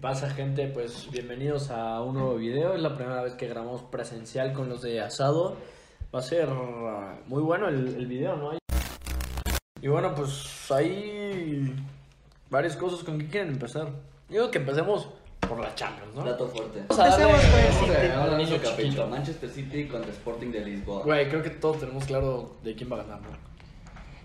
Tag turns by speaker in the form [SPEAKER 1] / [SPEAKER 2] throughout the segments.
[SPEAKER 1] pasa gente? Pues bienvenidos a un nuevo video. Es la primera vez que grabamos presencial con los de asado. Va a ser uh, muy bueno el, el video, ¿no? Y bueno, pues hay varias cosas con que quieren empezar. Yo digo que empecemos por la Champions, ¿no?
[SPEAKER 2] Dato fuerte.
[SPEAKER 1] a darle-
[SPEAKER 3] Empecemos, pues.
[SPEAKER 1] vamos a darle
[SPEAKER 2] Ahora
[SPEAKER 1] al niño
[SPEAKER 2] mismo capítulo.
[SPEAKER 1] chiquito.
[SPEAKER 2] Manchester City contra Sporting de Lisboa.
[SPEAKER 1] Güey, creo que todos tenemos claro de quién va a ganar, ¿no?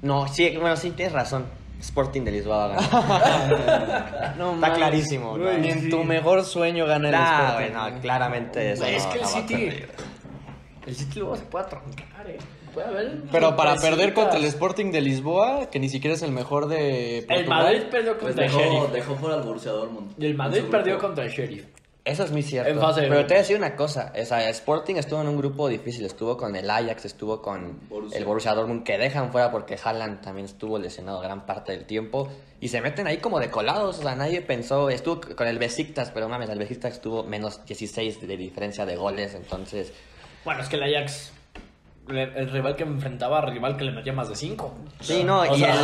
[SPEAKER 4] No, sí, bueno, sí, tienes razón. Sporting de Lisboa va a ganar.
[SPEAKER 3] No,
[SPEAKER 4] Está
[SPEAKER 3] mames.
[SPEAKER 4] clarísimo. ¿no?
[SPEAKER 3] Ni en tu mejor sueño gana el
[SPEAKER 4] Nah,
[SPEAKER 3] Sporting.
[SPEAKER 4] güey, no, claramente eso.
[SPEAKER 1] Güey, es
[SPEAKER 4] no-
[SPEAKER 1] que el
[SPEAKER 4] no va a
[SPEAKER 1] City-
[SPEAKER 4] perder.
[SPEAKER 1] El City luego se puede troncar, ¿eh? Puede haber...
[SPEAKER 3] Pero para
[SPEAKER 1] sorpresitas.
[SPEAKER 3] perder contra el Sporting de Lisboa, que ni siquiera es el mejor de Portugal.
[SPEAKER 1] El Madrid perdió
[SPEAKER 2] Pues
[SPEAKER 1] contra el
[SPEAKER 2] dejó,
[SPEAKER 1] Sheriff.
[SPEAKER 2] dejó fuera al Borussia Dortmund.
[SPEAKER 1] Y el Madrid
[SPEAKER 2] En su
[SPEAKER 1] perdió
[SPEAKER 2] grupo.
[SPEAKER 1] contra el Sheriff.
[SPEAKER 4] Eso es muy cierto.
[SPEAKER 1] En fase de
[SPEAKER 4] Pero te voy a
[SPEAKER 1] grupos.
[SPEAKER 4] decir una cosa. O sea, Sporting estuvo en un grupo difícil. Estuvo con el Ajax, estuvo con
[SPEAKER 2] Borussia.
[SPEAKER 4] el Borussia Dortmund, que dejan fuera porque Haaland también estuvo lesionado gran parte del tiempo. Y se meten ahí como de colados. O sea, nadie pensó. Estuvo con el Besiktas, pero mames, el Besiktas estuvo menos 16 de diferencia de goles. Entonces,
[SPEAKER 1] Bueno, es que el Ajax, le- el rival que enfrentaba, rival que le metía más de 5.
[SPEAKER 4] Sí, no,
[SPEAKER 1] O
[SPEAKER 4] y,
[SPEAKER 1] sea,
[SPEAKER 4] el,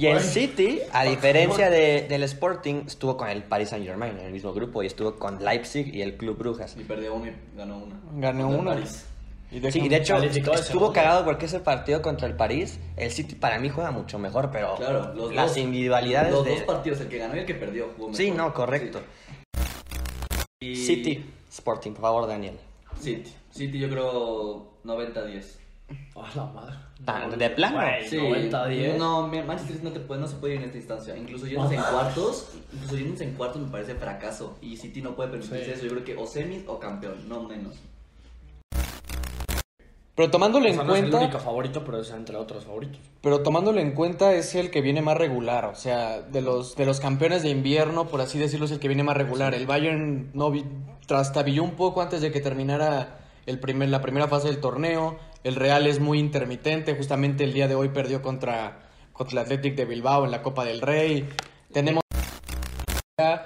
[SPEAKER 4] y el City, a diferencia de- del Sporting, estuvo con el Paris Saint Germain en el mismo grupo y estuvo con Leipzig y el Club Brujas.
[SPEAKER 2] Y perdió uno y ganó una.
[SPEAKER 3] Ganó
[SPEAKER 2] Contra el
[SPEAKER 3] uno.
[SPEAKER 2] París.
[SPEAKER 3] Y dejan-
[SPEAKER 4] Sí, y de hecho,
[SPEAKER 1] Calificó de
[SPEAKER 4] estuvo
[SPEAKER 1] segundo.
[SPEAKER 4] cagado porque ese partido contra el París, el City para mí juega mucho mejor, pero
[SPEAKER 2] Claro, los
[SPEAKER 4] las
[SPEAKER 2] dos-
[SPEAKER 4] individualidades
[SPEAKER 2] Los
[SPEAKER 4] de...
[SPEAKER 2] dos partidos, el que ganó y el que perdió, jugó mejor.
[SPEAKER 4] sí, no, correcto.
[SPEAKER 2] Sí.
[SPEAKER 4] City, Sporting, por favor, Daniel.
[SPEAKER 2] City. City, yo creo 90-10.
[SPEAKER 1] A la madre.
[SPEAKER 4] Tan- de plano.
[SPEAKER 1] Güey, 90-10.
[SPEAKER 2] No, mira, Manchester City no, te puede, no se puede ir en esta instancia. Incluso yéndose en cuartos, incluso yéndose en cuartos me parece fracaso. Y City no puede permitirse
[SPEAKER 1] Sí.
[SPEAKER 2] eso. Yo creo que o semis o campeón, no menos.
[SPEAKER 3] Pero tomándolo
[SPEAKER 1] O
[SPEAKER 3] en
[SPEAKER 1] sea, no es el
[SPEAKER 3] cuenta,
[SPEAKER 1] único favorito, pero es entre otros favoritos.
[SPEAKER 3] pero tomándolo en cuenta es el que viene más regular, o sea, de los de los campeones de invierno, por así decirlo, es el que viene más regular. El Bayern no vi- trastabilló un poco antes de que terminara el primer la primera fase del torneo. El Real es muy intermitente, justamente el día de hoy perdió contra contra el Athletic de Bilbao en la Copa del Rey. Tenemos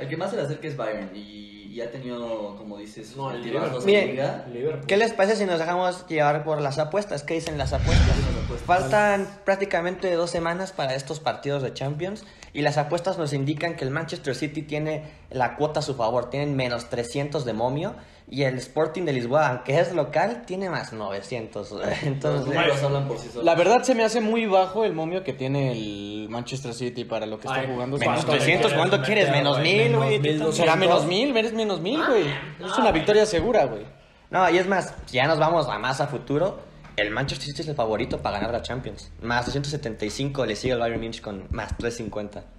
[SPEAKER 2] El que más se le acerca es Bayern. Y, y ha tenido, como dices,
[SPEAKER 1] No, el
[SPEAKER 2] altibajos
[SPEAKER 4] Liverpool.
[SPEAKER 2] en liga.
[SPEAKER 1] El Liverpool.
[SPEAKER 4] ¿Qué les parece si nos dejamos llevar por las apuestas? ¿Qué dicen las apuestas? Faltan prácticamente dos semanas para estos partidos de Champions y las apuestas nos indican que el Manchester City tiene la cuota a su favor, tienen menos 300 de momio y el Sporting de Lisboa, aunque es local, tiene más 900.
[SPEAKER 2] Los
[SPEAKER 4] Entonces,
[SPEAKER 2] números hablan por sí solos.
[SPEAKER 3] La verdad se me hace muy bajo el momio que tiene el Manchester City para lo que está
[SPEAKER 1] Ay,
[SPEAKER 3] jugando.
[SPEAKER 4] menos
[SPEAKER 3] ¿Cuánto?
[SPEAKER 1] ¿cuánto le
[SPEAKER 4] 300,
[SPEAKER 1] quieres
[SPEAKER 4] ¿cuánto
[SPEAKER 1] meter,
[SPEAKER 4] quieres?
[SPEAKER 1] güey?
[SPEAKER 4] Menos 1000,
[SPEAKER 1] Menos
[SPEAKER 4] güey.
[SPEAKER 1] 1200.
[SPEAKER 3] Será menos mil, eres menos mil, güey. Es una victoria segura, güey.
[SPEAKER 4] No, y es más, si ya nos vamos a más a futuro, el Manchester City es el favorito para ganar la Champions. Más 275 le sigue el Bayern Munich con más 350.
[SPEAKER 1] Bueno,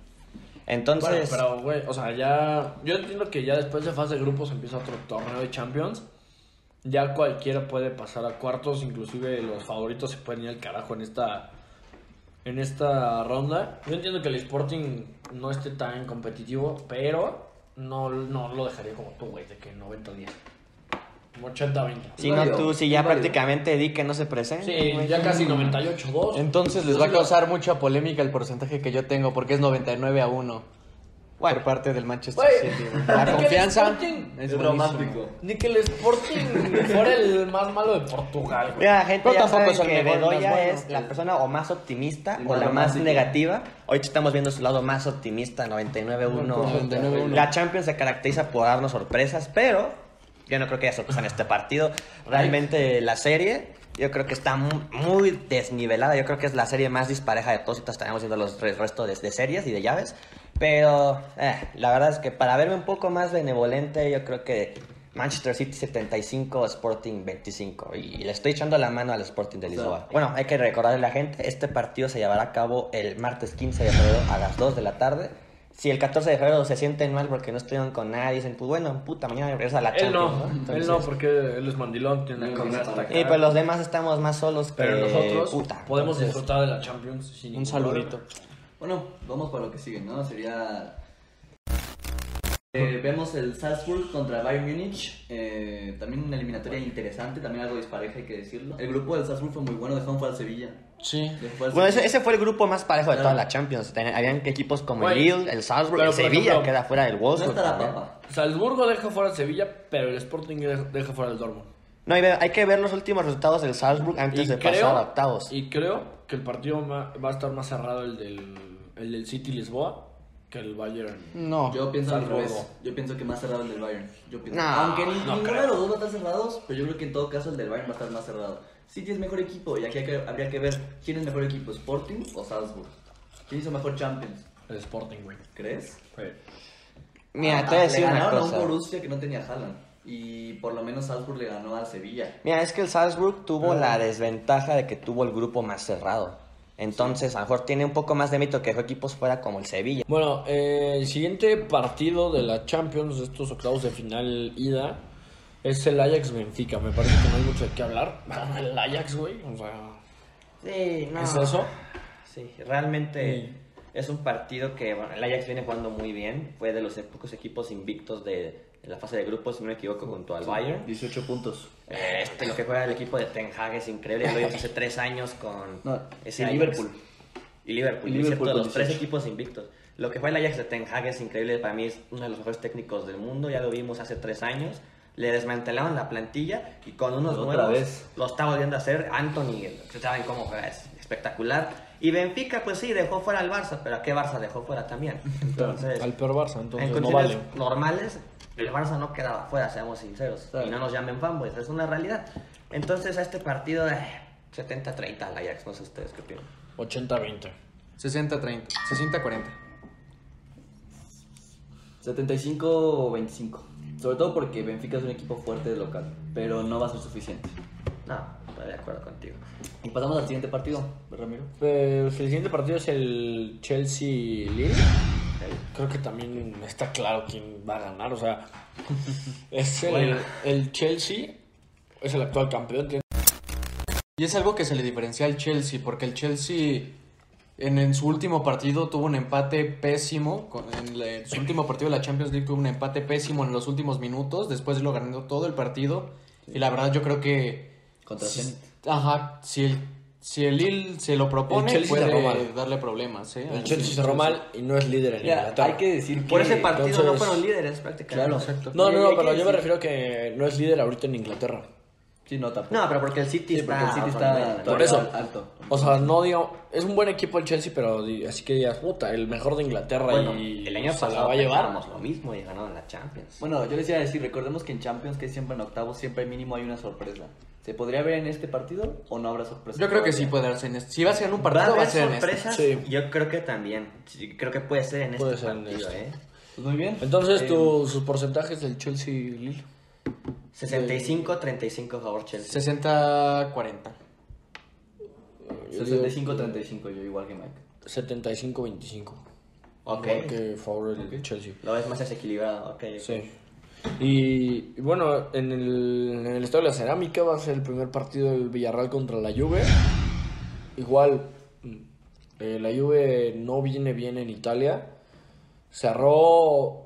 [SPEAKER 4] Entonces,
[SPEAKER 1] pero, güey, o sea, ya. Yo entiendo que ya después de fase de grupos empieza otro torneo de Champions. Ya cualquiera puede pasar a cuartos, inclusive los favoritos se pueden ir al carajo en esta. En esta ronda. Yo entiendo que el Sporting no esté tan competitivo, pero no, no lo dejaría como tú, güey, de que 90-10. 80-20.
[SPEAKER 4] si
[SPEAKER 2] es
[SPEAKER 4] no
[SPEAKER 2] válido,
[SPEAKER 4] tú, si
[SPEAKER 2] es
[SPEAKER 4] ya
[SPEAKER 2] válido.
[SPEAKER 4] prácticamente di que no se presente.
[SPEAKER 1] Sí,
[SPEAKER 4] güey.
[SPEAKER 1] ya casi 98-2.
[SPEAKER 3] Entonces les va a causar mucha polémica el porcentaje que yo tengo porque es 99 a 1 por parte del Manchester
[SPEAKER 1] Güey,
[SPEAKER 3] City. güey. La
[SPEAKER 1] ¿por qué el
[SPEAKER 3] confianza
[SPEAKER 1] Sporting?
[SPEAKER 3] es
[SPEAKER 2] Es romántico.
[SPEAKER 1] Ni que el Sporting fuera el más malo de Portugal, güey.
[SPEAKER 4] Mira, la gente
[SPEAKER 3] Pero
[SPEAKER 4] ya
[SPEAKER 3] tampoco
[SPEAKER 4] sabe
[SPEAKER 3] es el
[SPEAKER 4] que
[SPEAKER 3] mejor,
[SPEAKER 4] Bedoya
[SPEAKER 3] más bueno.
[SPEAKER 4] es la persona o más optimista
[SPEAKER 2] El
[SPEAKER 4] o
[SPEAKER 2] más
[SPEAKER 4] la más
[SPEAKER 2] romántico.
[SPEAKER 4] negativa. Hoy estamos viendo su lado más optimista, 99-1.
[SPEAKER 3] 99-1.
[SPEAKER 4] La Champions se caracteriza por darnos sorpresas, pero yo no creo que haya sorpresa en este partido. Realmente la serie, yo creo que está mu- muy desnivelada. Yo creo que es la serie más dispareja de todos. Ahorita estaremos viendo los re- restos de, de series y de llaves. Pero eh, la verdad es que para verme un poco más benevolente, yo creo que Manchester City 75, Sporting 25. Y le estoy echando la mano al Sporting de
[SPEAKER 2] sea,
[SPEAKER 4] Lisboa. Bueno, hay que recordarle a la gente, este partido se llevará a cabo el martes 15 de febrero a las 2 de la tarde. Si el 14 de febrero se sienten mal porque no estuvieron con nadie, dicen, pues bueno, puta, mañana regresa la
[SPEAKER 1] Él
[SPEAKER 4] Champions,
[SPEAKER 1] no, él
[SPEAKER 4] Entonces-
[SPEAKER 1] no, porque él es mandilón, tiene
[SPEAKER 2] No,
[SPEAKER 1] que
[SPEAKER 2] no,
[SPEAKER 1] hasta
[SPEAKER 2] no.
[SPEAKER 1] acá.
[SPEAKER 4] Y pues los demás estamos más solos que
[SPEAKER 1] Pero nosotros
[SPEAKER 4] puta.
[SPEAKER 1] podemos
[SPEAKER 4] Entonces,
[SPEAKER 1] disfrutar de la Champions sin
[SPEAKER 3] Un
[SPEAKER 1] ningún
[SPEAKER 3] saludito.
[SPEAKER 1] problema.
[SPEAKER 2] Bueno, vamos para lo que sigue, ¿no? Sería. Eh, vemos el Salzburg contra Bayern Múnich. eh, también una eliminatoria interesante, también algo dispareja, hay que decirlo. El grupo del Salzburg fue muy bueno, dejaron fuera al Sevilla.
[SPEAKER 3] Sí.
[SPEAKER 2] Dejó fuera al
[SPEAKER 4] Bueno,
[SPEAKER 2] Sevilla.
[SPEAKER 4] ese, ese fue el grupo más parejo de
[SPEAKER 2] Claro.
[SPEAKER 4] toda la Champions. Ten- habían equipos como el
[SPEAKER 1] Güey,
[SPEAKER 4] Lille, el Salzburg,
[SPEAKER 1] pero
[SPEAKER 4] el
[SPEAKER 1] por
[SPEAKER 4] Sevilla,
[SPEAKER 1] ejemplo,
[SPEAKER 4] queda fuera del
[SPEAKER 2] No
[SPEAKER 4] Wolfsburg.
[SPEAKER 2] está la
[SPEAKER 4] también.
[SPEAKER 2] papa.
[SPEAKER 1] Salzburgo deja fuera a Sevilla, pero el Sporting de- deja fuera al Dortmund.
[SPEAKER 4] No, y ve- hay que ver los últimos resultados del Salzburg antes de pasar a octavos.
[SPEAKER 1] Y creo que el partido ma- va a estar más cerrado el del, el del City Lisboa que el Bayern.
[SPEAKER 3] No.
[SPEAKER 2] Yo pienso al
[SPEAKER 1] Salzburgo.
[SPEAKER 2] revés. Yo pienso que más cerrado el del Bayern. Yo pienso-
[SPEAKER 4] No,
[SPEAKER 2] Aunque ni-
[SPEAKER 1] no
[SPEAKER 2] ninguno
[SPEAKER 1] creo.
[SPEAKER 2] de los dos va a estar cerrados, pero yo creo que en todo caso el del Bayern va a estar más cerrado. City es mejor equipo y aquí hay que- habría que ver quién es mejor equipo, Sporting o Salzburg. ¿Quién hizo mejor Champions?
[SPEAKER 1] El Sporting, güey.
[SPEAKER 2] ¿Crees?
[SPEAKER 4] Mira,
[SPEAKER 2] Ah,
[SPEAKER 4] te voy a decir
[SPEAKER 2] le
[SPEAKER 4] una
[SPEAKER 2] ganaron
[SPEAKER 4] cosa.
[SPEAKER 2] a un Borussia que no tenía Haaland. Y por lo menos Salzburg le ganó al Sevilla.
[SPEAKER 4] Mira, es que el Salzburg tuvo
[SPEAKER 1] Ah.
[SPEAKER 4] la desventaja de que tuvo el grupo más cerrado. Entonces, a lo mejor tiene un poco más de mito que dejó equipos fuera como el Sevilla.
[SPEAKER 1] Bueno, eh, el siguiente partido de la Champions, de estos octavos de final ida, es el Ajax Benfica. Me parece que no hay mucho de qué hablar. Ganó El Ajax, güey. O sea,
[SPEAKER 4] Sí,
[SPEAKER 1] ¿es eso?
[SPEAKER 4] Sí, realmente
[SPEAKER 1] Sí.
[SPEAKER 4] es un partido que bueno, el Ajax viene jugando muy bien. Fue de los pocos equipos invictos de, de la fase de grupos, si no me equivoco, junto al Bayern.
[SPEAKER 2] 18 puntos.
[SPEAKER 4] Eh, este, lo que juega el equipo de Ten Hag es increíble. Lo vimos hace tres años con
[SPEAKER 2] No,
[SPEAKER 4] ese
[SPEAKER 2] y
[SPEAKER 4] Ajax.
[SPEAKER 2] Liverpool.
[SPEAKER 4] Y Liverpool,
[SPEAKER 2] Y
[SPEAKER 4] es cierto,
[SPEAKER 2] Liverpool con
[SPEAKER 4] los tres
[SPEAKER 2] 18.
[SPEAKER 4] equipos invictos. Lo que juega el Ajax de Ten Hag es increíble. Para mí es uno de los mejores técnicos del mundo. Ya lo vimos hace tres años. Le desmantelaron la plantilla y con unos
[SPEAKER 2] Otra
[SPEAKER 4] nuevos
[SPEAKER 2] vez.
[SPEAKER 4] lo está volviendo a hacer. Anthony, ustedes saben cómo juega, es espectacular. Y Benfica, pues sí, dejó fuera al Barça, pero ¿a qué Barça dejó fuera también? Entonces,
[SPEAKER 1] Al peor Barça, entonces
[SPEAKER 4] en
[SPEAKER 1] no
[SPEAKER 4] condiciones
[SPEAKER 1] vale.
[SPEAKER 4] normales, el Barça no quedaba fuera, seamos sinceros.
[SPEAKER 2] Claro.
[SPEAKER 4] Y no nos llamen fanboys, es una realidad. Entonces, a este partido, eh, 70-30 al Ajax, no sé ustedes qué opinan.
[SPEAKER 1] 80-20.
[SPEAKER 3] 60-30. 60-40.
[SPEAKER 2] 75 o 25. Sobre todo porque Benfica es un equipo fuerte de local, pero no va a ser suficiente.
[SPEAKER 4] No, estoy de acuerdo contigo.
[SPEAKER 2] Y pasamos al siguiente partido, Ramiro.
[SPEAKER 1] Eh, el siguiente partido es el Chelsea Lille. Creo que también está claro quién va a ganar. O sea, es el,
[SPEAKER 4] Bueno.
[SPEAKER 1] el Chelsea, es el actual campeón. tiene-
[SPEAKER 3] Y es algo que se le diferencia al Chelsea, porque el Chelsea en, en su último partido tuvo un empate pésimo, con- en, la- en su último partido de la Champions League tuvo un empate pésimo en los últimos minutos, después lo ganando todo el partido, y la verdad yo creo que...
[SPEAKER 2] Contra
[SPEAKER 3] si-
[SPEAKER 2] Zenit.
[SPEAKER 3] Ajá, si el, si el Lille se lo propone,
[SPEAKER 1] Chelsea
[SPEAKER 3] puede
[SPEAKER 1] cerró mal.
[SPEAKER 3] darle problemas, ¿eh?
[SPEAKER 1] El
[SPEAKER 3] al-
[SPEAKER 1] Chelsea cerró mal y no es líder en
[SPEAKER 2] Mira,
[SPEAKER 1] Inglaterra.
[SPEAKER 2] hay que decir que.
[SPEAKER 4] Por ese partido no
[SPEAKER 1] entonces-
[SPEAKER 4] fueron líderes prácticamente.
[SPEAKER 2] Claro.
[SPEAKER 3] Exacto.
[SPEAKER 1] No, no,
[SPEAKER 2] Y hay
[SPEAKER 1] no,
[SPEAKER 2] que
[SPEAKER 1] pero yo me
[SPEAKER 2] decir-
[SPEAKER 1] refiero que no es líder ahorita en Inglaterra.
[SPEAKER 2] Sí, no, tampoco.
[SPEAKER 4] No, pero porque el City
[SPEAKER 2] Sí,
[SPEAKER 4] está...
[SPEAKER 2] porque el City
[SPEAKER 4] a otro
[SPEAKER 2] está
[SPEAKER 4] nivel, ¿no?
[SPEAKER 1] Por
[SPEAKER 2] todavía
[SPEAKER 1] eso.
[SPEAKER 2] alto.
[SPEAKER 1] O sea, no digo, es un buen equipo el Chelsea, pero di- así que digas, puta, el mejor de Inglaterra
[SPEAKER 4] Bueno,
[SPEAKER 1] y
[SPEAKER 4] el año
[SPEAKER 1] se
[SPEAKER 4] pasado
[SPEAKER 1] la va a llevar.
[SPEAKER 4] pensábamos lo mismo y ganaron la Champions.
[SPEAKER 2] Bueno, yo les iba a decir, recordemos que en Champions, que siempre en octavos, siempre mínimo hay una sorpresa. ¿Se podría ver en este partido o no habrá sorpresa?
[SPEAKER 3] Yo creo que
[SPEAKER 2] todavía?
[SPEAKER 3] sí puede darse en este. Si va a ser en un
[SPEAKER 4] ¿Va a
[SPEAKER 3] partido, va a
[SPEAKER 4] haber
[SPEAKER 3] ser en este.
[SPEAKER 4] sorpresas?
[SPEAKER 1] Sí.
[SPEAKER 4] Yo creo que también. Sí, Creo que puede ser en
[SPEAKER 1] Puede
[SPEAKER 4] este
[SPEAKER 1] ser en
[SPEAKER 4] partido,
[SPEAKER 1] este.
[SPEAKER 4] ¿eh?
[SPEAKER 2] Pues muy bien.
[SPEAKER 1] Entonces,
[SPEAKER 2] Eh,
[SPEAKER 1] tu- sus porcentajes del Chelsea Lille.
[SPEAKER 4] 65-35 favor Chelsea.
[SPEAKER 3] 60-40.
[SPEAKER 2] Em,
[SPEAKER 1] Yo digo
[SPEAKER 2] 65-35, yo igual que Mike.
[SPEAKER 1] 75-25.
[SPEAKER 4] Ok.
[SPEAKER 1] Igual que favor el Chelsea.
[SPEAKER 4] Lo ves más desequilibrado. Ok.
[SPEAKER 1] Sí. Y, y bueno, en el, en el Estadio de la Cerámica va a ser el primer partido del Villarreal contra la Juve. Igual, mm, eh, la Juve no viene bien en Italia. Cerró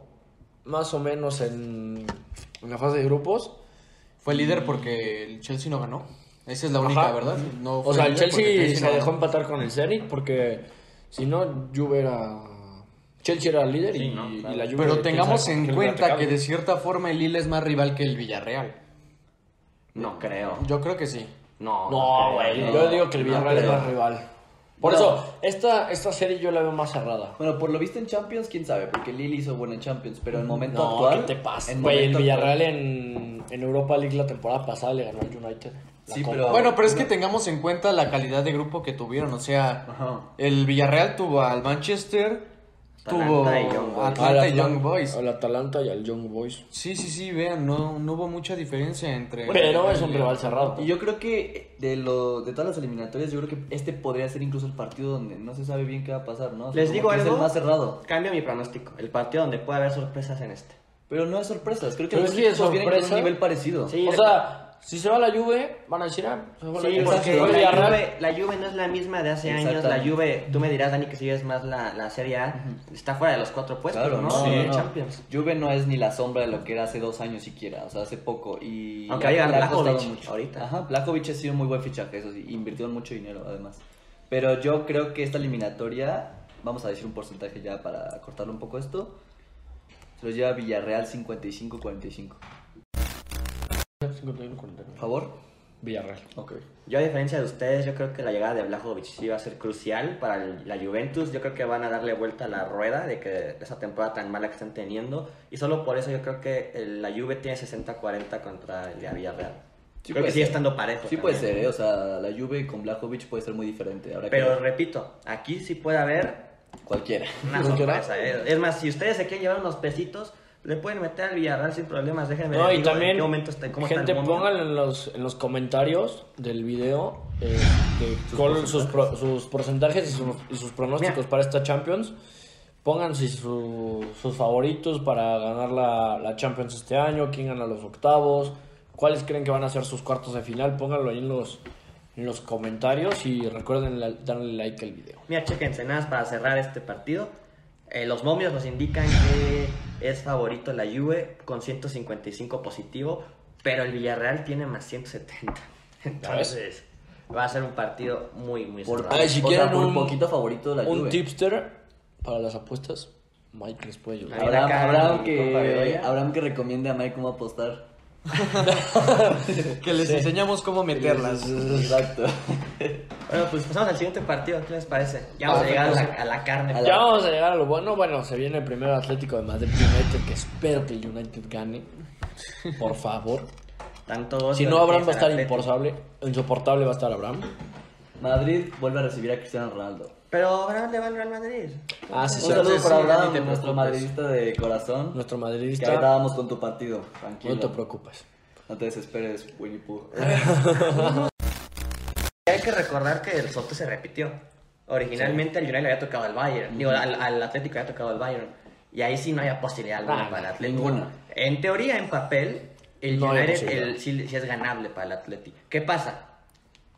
[SPEAKER 1] más o menos en, en la fase de grupos.
[SPEAKER 3] Fue líder porque el Chelsea no ganó. Esa es la única,
[SPEAKER 1] Mm. Ajá.
[SPEAKER 3] ¿verdad? No
[SPEAKER 1] o
[SPEAKER 3] fue
[SPEAKER 1] sea, el
[SPEAKER 3] líder porque
[SPEAKER 1] Chelsea se
[SPEAKER 3] no
[SPEAKER 1] dejó
[SPEAKER 3] ganó.
[SPEAKER 1] empatar con el Zenit porque si no, Juve era... Chelsea era el líder y,
[SPEAKER 4] Sí, no,
[SPEAKER 1] y
[SPEAKER 4] claro.
[SPEAKER 1] la Juve...
[SPEAKER 3] Pero
[SPEAKER 1] quién
[SPEAKER 3] tengamos
[SPEAKER 1] sabe con
[SPEAKER 3] en
[SPEAKER 1] quién
[SPEAKER 3] cuenta
[SPEAKER 1] hubiera
[SPEAKER 3] que de
[SPEAKER 1] acabado.
[SPEAKER 3] cierta forma el Lille es más rival que el Villarreal.
[SPEAKER 4] No creo.
[SPEAKER 3] Yo creo que sí.
[SPEAKER 4] No,
[SPEAKER 1] No,
[SPEAKER 4] creo,
[SPEAKER 1] güey.
[SPEAKER 4] no.
[SPEAKER 1] yo digo que el
[SPEAKER 2] no
[SPEAKER 1] Villarreal es
[SPEAKER 2] creo.
[SPEAKER 1] más rival. Por
[SPEAKER 2] No.
[SPEAKER 1] eso, esta, esta serie yo la veo más cerrada.
[SPEAKER 2] Bueno, por lo visto en Champions, quién sabe, porque Lille hizo buena en Champions, pero en momento
[SPEAKER 1] Mm, No,
[SPEAKER 2] actual.
[SPEAKER 1] ¿qué te pasa?
[SPEAKER 2] en
[SPEAKER 1] Güey, el
[SPEAKER 2] momento
[SPEAKER 1] Villarreal
[SPEAKER 2] actual-
[SPEAKER 1] en, en Europa League la temporada pasada le ganó al United. la
[SPEAKER 2] Sí,
[SPEAKER 1] Copa. Ah,
[SPEAKER 2] pero-
[SPEAKER 3] Bueno, pero es que tengamos en cuenta la calidad de grupo que tuvieron. O sea,
[SPEAKER 2] Ajá.
[SPEAKER 3] el Villarreal tuvo al Manchester,
[SPEAKER 4] Atalanta
[SPEAKER 3] tuvo
[SPEAKER 4] y Young Boys.
[SPEAKER 1] Al
[SPEAKER 3] Atlanta
[SPEAKER 1] Atal- Al Atalanta
[SPEAKER 3] y Young Boys.
[SPEAKER 1] y al Young Boys.
[SPEAKER 3] Sí, sí, sí, vean, no, no hubo mucha diferencia entre...
[SPEAKER 1] Pero es un rival cerrado.
[SPEAKER 2] Y yo creo que de lo de todas las eliminatorias, yo creo que este podría ser incluso el partido donde no se sabe bien qué va a pasar, ¿no? O sea,
[SPEAKER 4] Les
[SPEAKER 2] como
[SPEAKER 4] digo
[SPEAKER 2] que
[SPEAKER 4] algo.
[SPEAKER 2] Es el más cerrado.
[SPEAKER 4] Cambio mi pronóstico. El partido donde puede haber sorpresas en este.
[SPEAKER 2] Pero no es sorpresas, creo que
[SPEAKER 1] Pero
[SPEAKER 4] Pues
[SPEAKER 1] es
[SPEAKER 2] los
[SPEAKER 1] que es
[SPEAKER 2] equipos vienen con un
[SPEAKER 1] sorpresa.
[SPEAKER 2] nivel parecido.
[SPEAKER 4] Sí,
[SPEAKER 1] o sea, si se va la Juve, van a decir, ah, se va la
[SPEAKER 4] Sí,
[SPEAKER 1] Juve.
[SPEAKER 4] porque
[SPEAKER 1] Se va el
[SPEAKER 4] la
[SPEAKER 1] Villarreal.
[SPEAKER 4] Juve, la Juve no es la misma de hace años. La
[SPEAKER 2] Exactamente.
[SPEAKER 4] Juve, tú me dirás, Dani, que sigues más la, la Serie A. Está fuera de los cuatro puestos,
[SPEAKER 2] Claro,
[SPEAKER 4] pues, ¿no?
[SPEAKER 2] no,
[SPEAKER 4] De
[SPEAKER 2] no, no.
[SPEAKER 4] Champions.
[SPEAKER 2] Juve no es ni la sombra de lo que era hace dos años siquiera, o sea, hace poco. Y
[SPEAKER 4] Aunque haya
[SPEAKER 2] le ha costado
[SPEAKER 4] Blajovic ahorita.
[SPEAKER 2] Ajá, Blajovic ha sido un muy buen fichaje, eso sí, invirtieron mucho dinero además. Pero yo creo que esta eliminatoria, vamos a decir un porcentaje ya para cortarlo un poco esto, se los lleva Villarreal 55-45.
[SPEAKER 1] 51, 49.
[SPEAKER 2] ¿Favor?
[SPEAKER 1] Villarreal.
[SPEAKER 2] Ok.
[SPEAKER 4] Yo, a diferencia de ustedes, yo creo que la llegada de Blajovic sí va a ser crucial para el- la Juventus. Yo creo que van a darle vuelta a la rueda de que esa temporada tan mala que están teniendo. Y solo por eso yo creo que el- la Juve tiene 60-40 contra el de Villarreal.
[SPEAKER 2] Sí
[SPEAKER 4] creo
[SPEAKER 2] puede
[SPEAKER 4] que sigue
[SPEAKER 2] ser.
[SPEAKER 4] estando parejo.
[SPEAKER 2] Sí puede
[SPEAKER 4] también.
[SPEAKER 2] ser, ¿eh? O sea, la Juve con Blajovic puede ser muy diferente. Habrá que
[SPEAKER 4] Pero
[SPEAKER 2] ver.
[SPEAKER 4] repito, aquí sí puede haber
[SPEAKER 2] Cualquiera.
[SPEAKER 4] una sorpresa. ¿eh? Es más, si ustedes se quieren llevar unos pesitos, le pueden meter al Villarreal sin problemas. Déjenme
[SPEAKER 1] No,
[SPEAKER 4] les
[SPEAKER 1] y
[SPEAKER 4] digo en
[SPEAKER 1] también,
[SPEAKER 4] qué momento está, cómo está
[SPEAKER 1] gente,
[SPEAKER 4] el mundo.
[SPEAKER 1] pongan en los, en los comentarios del video eh, de cuál- sus, pro- sus porcentajes y, sus- y sus pronósticos
[SPEAKER 4] Mira.
[SPEAKER 1] para esta Champions. Pongan si su- sus favoritos para ganar la, la Champions este año, quién gana los octavos, cuáles creen que van a ser sus cuartos de final. Pónganlo ahí en los, en los comentarios y recuerden la- darle like al video.
[SPEAKER 4] Mira, chequense, nada más para cerrar este partido. Eh, los momios nos indican que es favorito la Juve con 155 positivo, pero el Villarreal tiene más 170. Entonces, va a ser un partido muy, muy
[SPEAKER 2] Por,
[SPEAKER 4] cerrado.
[SPEAKER 1] Ay, si
[SPEAKER 2] o sea,
[SPEAKER 1] quieren
[SPEAKER 2] por
[SPEAKER 1] un-
[SPEAKER 2] un poquito favorito la
[SPEAKER 1] Un
[SPEAKER 2] Juve.
[SPEAKER 1] tipster para las apuestas, Mike les puede ayudar.
[SPEAKER 4] Ahí
[SPEAKER 2] Abraham,
[SPEAKER 4] acá,
[SPEAKER 2] Abraham
[SPEAKER 4] mi compa
[SPEAKER 2] que,
[SPEAKER 4] Bedoya.
[SPEAKER 2] Abraham que recomiende a Mike cómo apostar.
[SPEAKER 3] Que les enseñamos cómo meterlas.
[SPEAKER 2] Exacto.
[SPEAKER 4] Bueno, pues pasamos al siguiente partido. ¿Qué les parece? Ya
[SPEAKER 1] Ah,
[SPEAKER 4] vamos a llegar a la, a la carne.
[SPEAKER 2] A la-
[SPEAKER 1] Ya vamos a llegar a lo bueno. Bueno, se viene el primero Atlético de Madrid United, que espero que el United gane. Por favor.
[SPEAKER 4] Tanto odio
[SPEAKER 1] Si
[SPEAKER 4] le
[SPEAKER 1] no, Abraham
[SPEAKER 4] tienes
[SPEAKER 1] va a estar
[SPEAKER 4] al Atlético.
[SPEAKER 1] imposable. Insoportable va a estar Abraham.
[SPEAKER 2] Madrid vuelve a recibir a Cristiano Ronaldo.
[SPEAKER 4] Pero Abraham le va al Real Madrid.
[SPEAKER 1] Ah, sí,
[SPEAKER 2] Un
[SPEAKER 1] sí,
[SPEAKER 2] saludo
[SPEAKER 1] sí, sí.
[SPEAKER 2] para
[SPEAKER 1] pues.
[SPEAKER 2] Abraham,
[SPEAKER 3] ni te
[SPEAKER 2] nuestro
[SPEAKER 3] preocupes.
[SPEAKER 2] madridista de corazón.
[SPEAKER 1] Nuestro
[SPEAKER 2] Que ahorita
[SPEAKER 1] madridista.
[SPEAKER 2] vamos con tu partido, tranquilo.
[SPEAKER 1] No te preocupes.
[SPEAKER 2] No te desesperes, Winnie Pooh.
[SPEAKER 4] Hay que recordar que el sorteo se repitió. Originalmente al United le había tocado al Bayern. Digo, al, al Atlético le había tocado al Bayern. Y ahí sí no había posibilidad alguna
[SPEAKER 1] Ah,
[SPEAKER 4] para el Atlético.
[SPEAKER 2] ninguna.
[SPEAKER 4] En teoría, en papel, el
[SPEAKER 1] No había
[SPEAKER 4] United
[SPEAKER 1] posibilidad.
[SPEAKER 4] el- sí, sí es ganable para el Atlético. ¿Qué pasa?